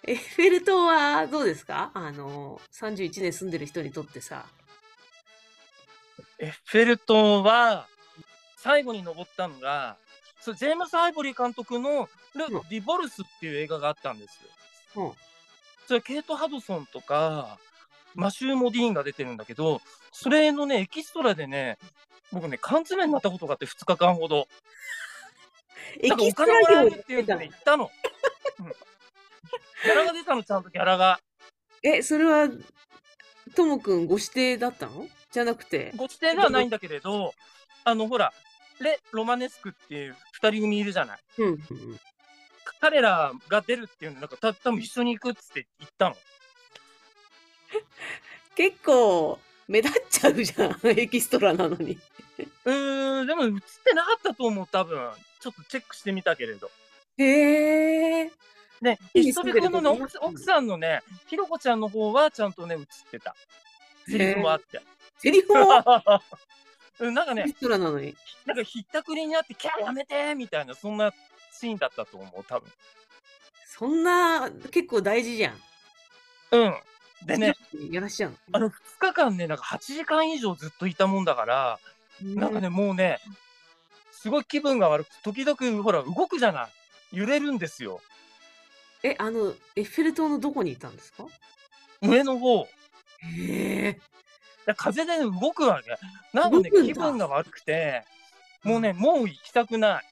エッフェル塔はどうですかあの、31年住んでる人にとってさ。
エッフェル塔は、最後に登ったのが、そうジェームス・アイボリー監督のル
うん・
リボルスっていう映画があったんですよ。
うん。
それケイト・ハドソンとかマシュー・モディーンが出てるんだけどそれのねエキストラでね僕ね缶詰になったことがあって2日間ほど
エ
なんか
キ
お
スト
金も
ラ
らえ
業
るっていうんでね行ったの、うんギャラが出たのちゃんとギャラが
え、それは、ともくんご指定だったのじゃなくて。
ご指定ではないんだけれどあのほらレ・ロマネスクっていう2人組いるじゃない
うんうんうん。
彼らが出るっていうんでなんかた多分一緒に行くっつって行ったの
結構、目立っちゃうじゃん。 エキストラなのに。
うーんでも映ってなかったと思う多分ちょっとチェックしてみたけれど
へえ。
ね、
いい
ひ
で
と
す
び
ね
くんのね
いいで
奥
すね
奥さんのね、ひろこちゃんの方はちゃんとね、映ってた。セリフもあって。
セリフも
うんなんか
エ
ね
キ、ストラなのに。
なんかひったくりにあって、キャーやめてみたいな、そんなシーンだったと思う、多分
そんな、結構大事じゃん。
うん。でね、
やらしちゃう
あの2日間ね、なんか8時間以上ずっといたもんだから、
の。
なんかね、もうね、すごい気分が悪くて、時々、ほら、動くじゃない。揺れるんですよ。
え、あの、エッフェル塔のどこにいたんですか
上の方。
へえ。
いや風でね動くわけ。なんか
動
ね、
くんだ
気分が悪くて、もうね、もう行きたくない。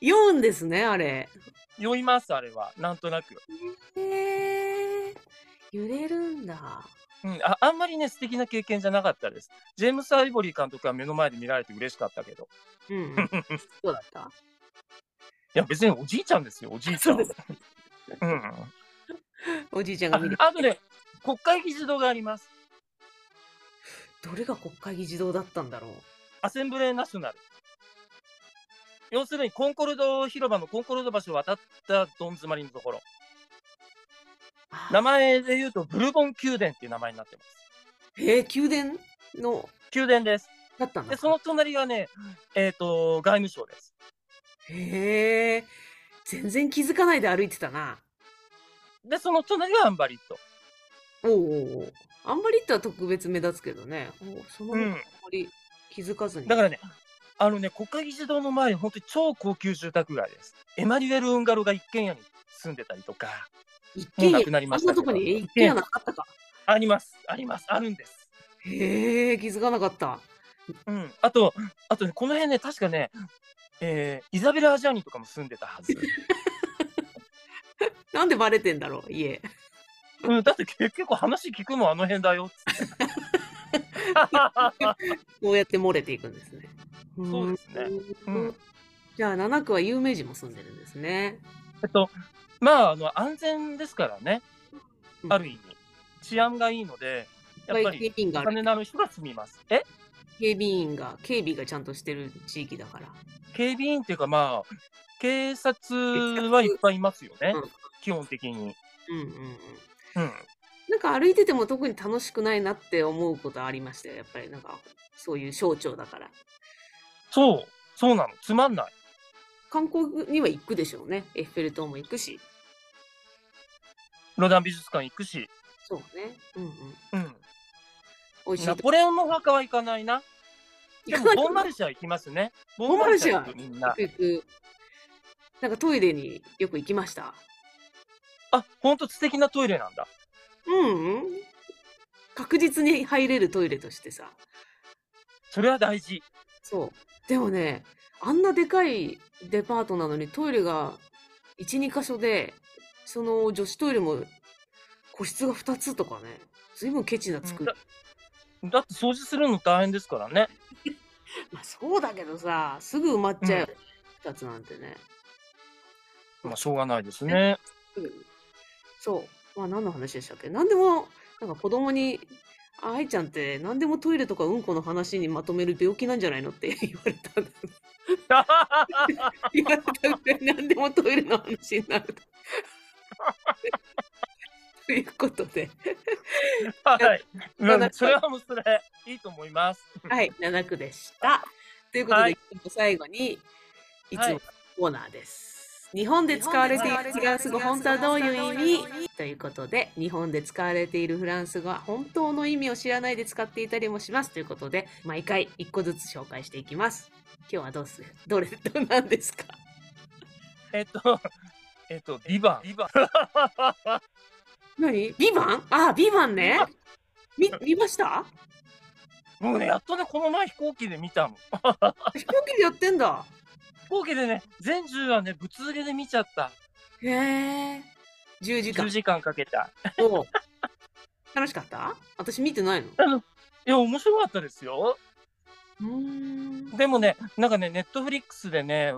酔うんですね、あれ。
酔います、あれは。なんとなく。
へえ。揺れるんだ。
うん、ああんまりね、素敵な経験じゃなかったです。ジェームス・アイボリー監督は目の前で見られて嬉しかったけど。
うんうん。 そうだった
いや、別におじいちゃんですよ、おじいち
そ
ゃん。
うです
うん。
おじいちゃんが
あ
見る。
あとね、国会議事堂があります。
どれが国会議事堂だったんだろう。
アセンブレナショナル。要するにコンコルド広場のコンコルド橋を渡ったどん詰まりのところ。
あ
名前で言うとブルボン宮殿っていう名前になってます。
へえ、宮殿の、
宮殿です。
だったん
で、
だ。
その隣がね、えっ、と、外務省です。
へえ、全然気づかないで歩いてたな。
で、その隣がアンバリット。
おうおうおうあんまりっては特別目立つけどね。おうその、
う
あん
ん
まり気づかずに。
だからね、あのね、国会議事堂の前に本当に超高級住宅街です。エマニュエル・ウンガロが一軒家に住んでたりとか。
一
もう
軒家、
なくなりました
あんなとこに
けど
え一軒家なかったか。
あります、あります、あるんです。
へえ、気づかなかった。
うん、あと、あとね、この辺ね、確かね、えーイザベル・アジャーニとかも住んでたはず。
なんでバレてんだろう、家。
うん、だって結構話聞くもん、あの 辺だよっつって。
こうやって漏れていくんですね。
そうですね
う
うん
ん。じゃあ、七区は有名人も住んでるんですね。
えっと、まあ、あの、安全ですからね
う、ん
ある意味。治安がいいので、やっぱり、
警備員
お
がある
金のある人が住みます。え
警備員が、警備がちゃんとしてる地域だから。
警備員っていうか、まあ、警察はいっぱいいますよね
うん、
基本的に。
うんうんうん。
うん。
なんか歩いてても特に楽しくないなって思うことありましたよ。やっぱりなんか、そういう象徴だから。
そう、そうなの、つまんない。
観光には行くでしょうね。エッフェル塔も行くし。
ロダン美術館行くし、
そうね。うんうん。
うん。
美味しい
ナ
と
ポレオンのお墓は行かないな。で
行か
も
ない
ボンマルシア行きますね。ボ
ンマルシア
ンマル行くみんな。
行く。なんかトイレによく行きました。
あ、本当素敵なトイレなんだ。
うん、うん。確実に入れるトイレとしてさ。
それは大事。
そう。でもね、あんなでかいデパートなのにトイレが1、2箇所で、その女子トイレも個室が2つとかね、随分ケチな作り。
だだって掃除するの大変ですからね。
まあそうだけどさ、すぐ埋まっちゃうよ、2つなんてね。
まあしょうがないですね。
そう。まあ何の話でしたっけ何でも、なんか子供に、あ愛ちゃんって何でもトイレとかうんこの話にまとめる病気なんじゃないのって言われたんだ。言われたぐらい何でもトイレの話になると。 ということで、
はい。
だ
うんそれはもうそれ、いいと思います。
はい、7区でした。ということで、
はい
最後に、いつも
は
の
い
コーナーです。日本で使われているフランス語、本当はどういう意味ということで、日本で使われているフランス語は本当の意味を知らないで使っていたりもしますということで、毎回1個ずつ紹介していきます。今日はどうするどれどうなんですか
えっと、えっと、ビバン。ビバン。
何ビバンあ、ビバンね。み見ました
もうね、やっとね、この前飛行機で見たの。
飛行機でやってんだ。
飛行機でね、全10はね、ぶつ切れで見ちゃった。
へえ。10時間
10。時間かけた。
おう楽しかった私見てないの。
いや、面白かったですよ。
うーん。
でもね、なんかね、ネットフリックスでね、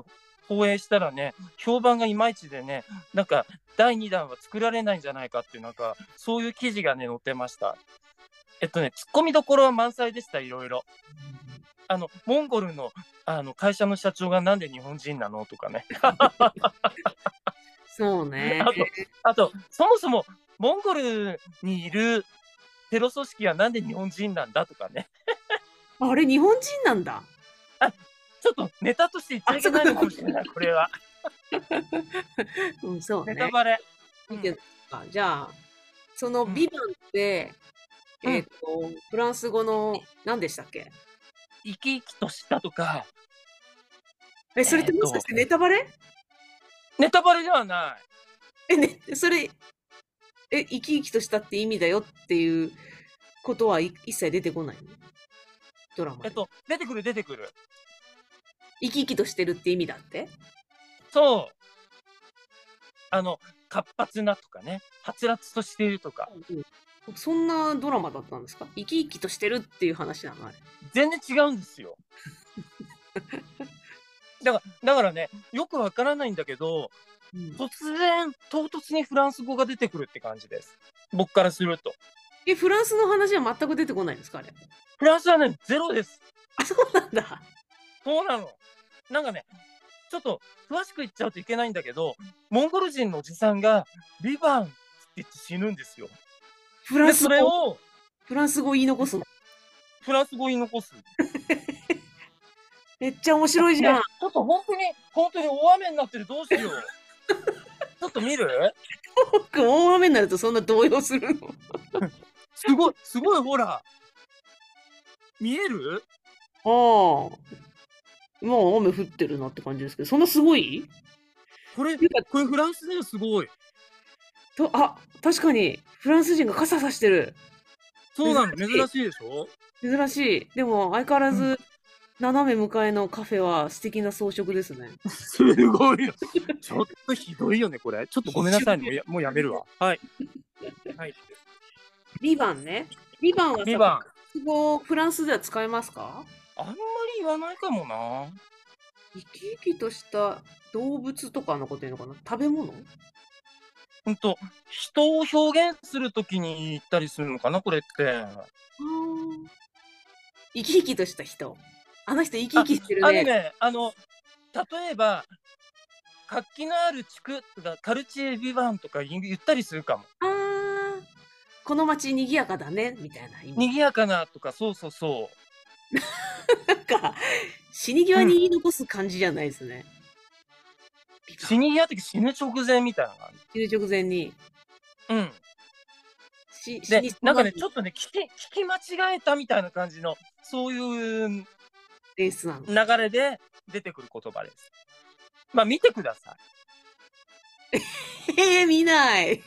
放映したらね、評判がいまいちでね、なんか第2弾は作られないんじゃないかっていう、なんかそういう記事がね、載ってました。えっとね、ツッコミどころは満載でした、いろいろ。あの、モンゴルのあの会社の社長がなんで日本人なのとかね。
そうね。
あとあと、そもそもモンゴルにいるテロ組織はなんで日本人なんだとかね。
あれ、日本人なんだ。
ちょっとネタとして言っちゃいけないのかもしれない、これは。
うん、そう
ネ
ね
タ。バレ。
見てたじゃあ、そのビバンって、
うん
えっ、と、フランス語の何でしたっけ
生き生きとしたとか、
え、それってもしかしてネタバレ
ネタバレではない。
え、ね、それ、え、生き生きとしたって意味だよっていうことはい一切出てこないのドラマ
え
で。
っと、出てくる出てくる。
生き生きとしてるって意味だって
そう。あの、活発なとかね、はつらつとしているとか、
そんなドラマだったんですか生き生きとしてるっていう話なのあれ。
全然違うんですよ。だから、だからね、よくわからないんだけど、
うん
突然唐突にフランス語が出てくるって感じです僕からすると
え、フランスの話は全く出てこないんですかあれ。
フランスはねゼロです
あ、そうなんだ。
そうなのなんかねちょっと詳しく言っちゃうといけないんだけどモンゴル人のおじさんが「ビバン」って言って死ぬんですよ
フラ
で
ンス
それ
語、
を
フランス語言い残すの。
フランス語に残す
めっちゃ面白いじゃん
ね。ちょっと本当に本当に大雨になってるどうしよう ちょっと見る
僕、大雨になるとそんな動揺するの。
すごいすごいほら見える
ああ。もう雨降ってるなって感じですけど、そんなすごい
これ
てか
これフランスではすごい
とあ、確かに、フランス人が傘さしてる。
そうなの
珍
珍
しい
しいでしょ
珍しい。でも、相変わら
う
ず、斜め向かいのカフェは素敵な装飾ですね。
すごいよ。ちょっとひどいよね、これ。ちょっとごめんなさいね。もうやもうやめるわ。はい。はい。
ビバンね。ビバンはさ
ビバン
フランス語、フランスでは使えますか
あんまり言わないかもな。
生き生きとした動物とかのこと言うのかな食べ物
うんと、人を表現するときに言ったりするのかな、これって。
生き生きとした人。あの人生き生きしてる
あの
ね。
ね、あの、例えば、活気のある地区とか、カルチエビバンとか言言ったりするかも。
あーこの街賑やかだねみたいな意味。
賑やかなとか、そうそうそ
なんか死に際に言い残す感じじゃないですね。
う。死に際的死ぬ直前みたいな感
死ぬ直前に。
じ。うん。
し死
で
に、
なんかね、ちょ
っ
っとね、聞き、聞き間違えたみたいな感じの、そういう
と演出なの。
流れで出てくる言葉です。まあ見てくださ
えー、見ない。
い。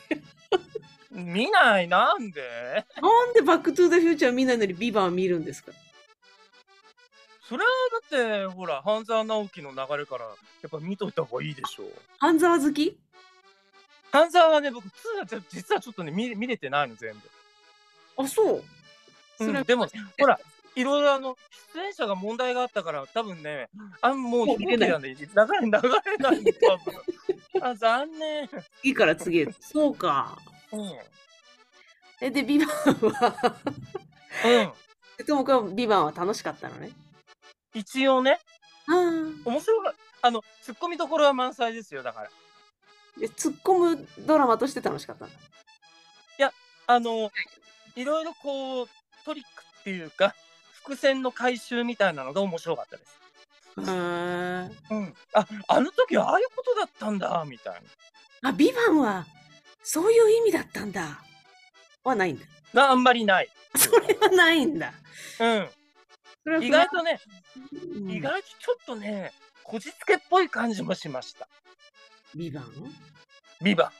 見ないなんで
なんでバックトゥーザフューチャー見ないのにビバン見るんですか
それはだってほら半沢直樹の流れからやっぱ見といた方がいいでしょう。
半沢好き
半沢はね僕2はちょ実はちょっとね見見れてないの全
あ、そう。
部。
それ
う
は
ん、 でもほらいろいろあの出演者が問題があったから多分ねあんもう
もう見れない
なんで流れ流れないの多分。あ残念。
次から次へ。そうか。
うん。うん。
え、で、ビバンはともくん、ビバンは楽しかったのね。
一応ね
ああ。
面白があのツッコミどころは満載ですよだから。
え、突っ込むドラマとして楽しかったんだ。
あの、いろいろこう、トリックっていうか、伏線の回収みたいなのが面白かったです。
へえ。
うん。あ、あの時はああいうことだったんだ、みたい
あ、ビバンは、そういう意味だったんだ。はないんだ。
な。があんまりない。
それはないんだ。
う
それは
ん。意外とね、
うん
意外とちょっとね、こじつけっぽい感じもしました。
ビバン
ビバン。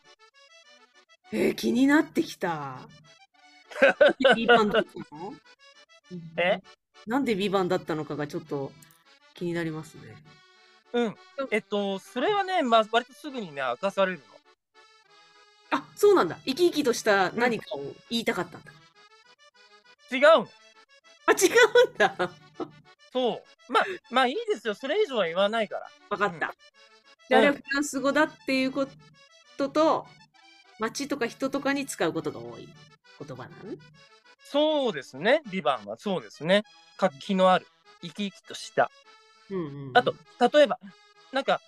えー、気になってきた。 ビバンだったの
え
なんでビバンだったのかがちょっと気になりますね。
うん。えっと、それはね、まあ、割とすぐにね、明かされるの。
あ、そうなんだ。生き生きとした何かを言いたかったんだ。
違うの。
あ、違うんだ。
そう。まあ、まあいいですよ。それ以上は言わないから。
わかった。
うん
じゃああれはフランス語だっていうことと、街とか人とかに使うことが多い言葉なの
そうですね。ビバンはそうですね。活気のある、生き生きとした。
うんうんうん
あと、例えば、なんか、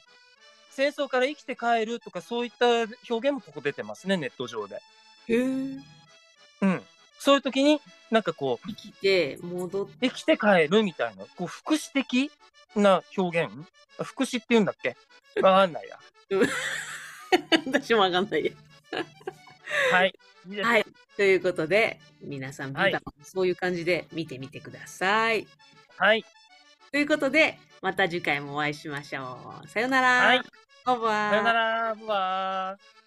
戦争から生きて帰るとか、そういった表現もここ出てますね、ネット上で。
へえ。
うん。そういう時に、なんかこう、
生きて戻って、
生きて帰るみたいな、こう、副詞的な表現あ副詞って言うんだっけわかんないや。
私もわかんないや。
はい。いいです
はい。ということで、皆さん、ビバ
は
ン
い
そういう感じで見てみてください。
はい。
ということで、また次回もお会いしましょう。さよなら。
はい。
バイバイ。
さよなら。バイバイ。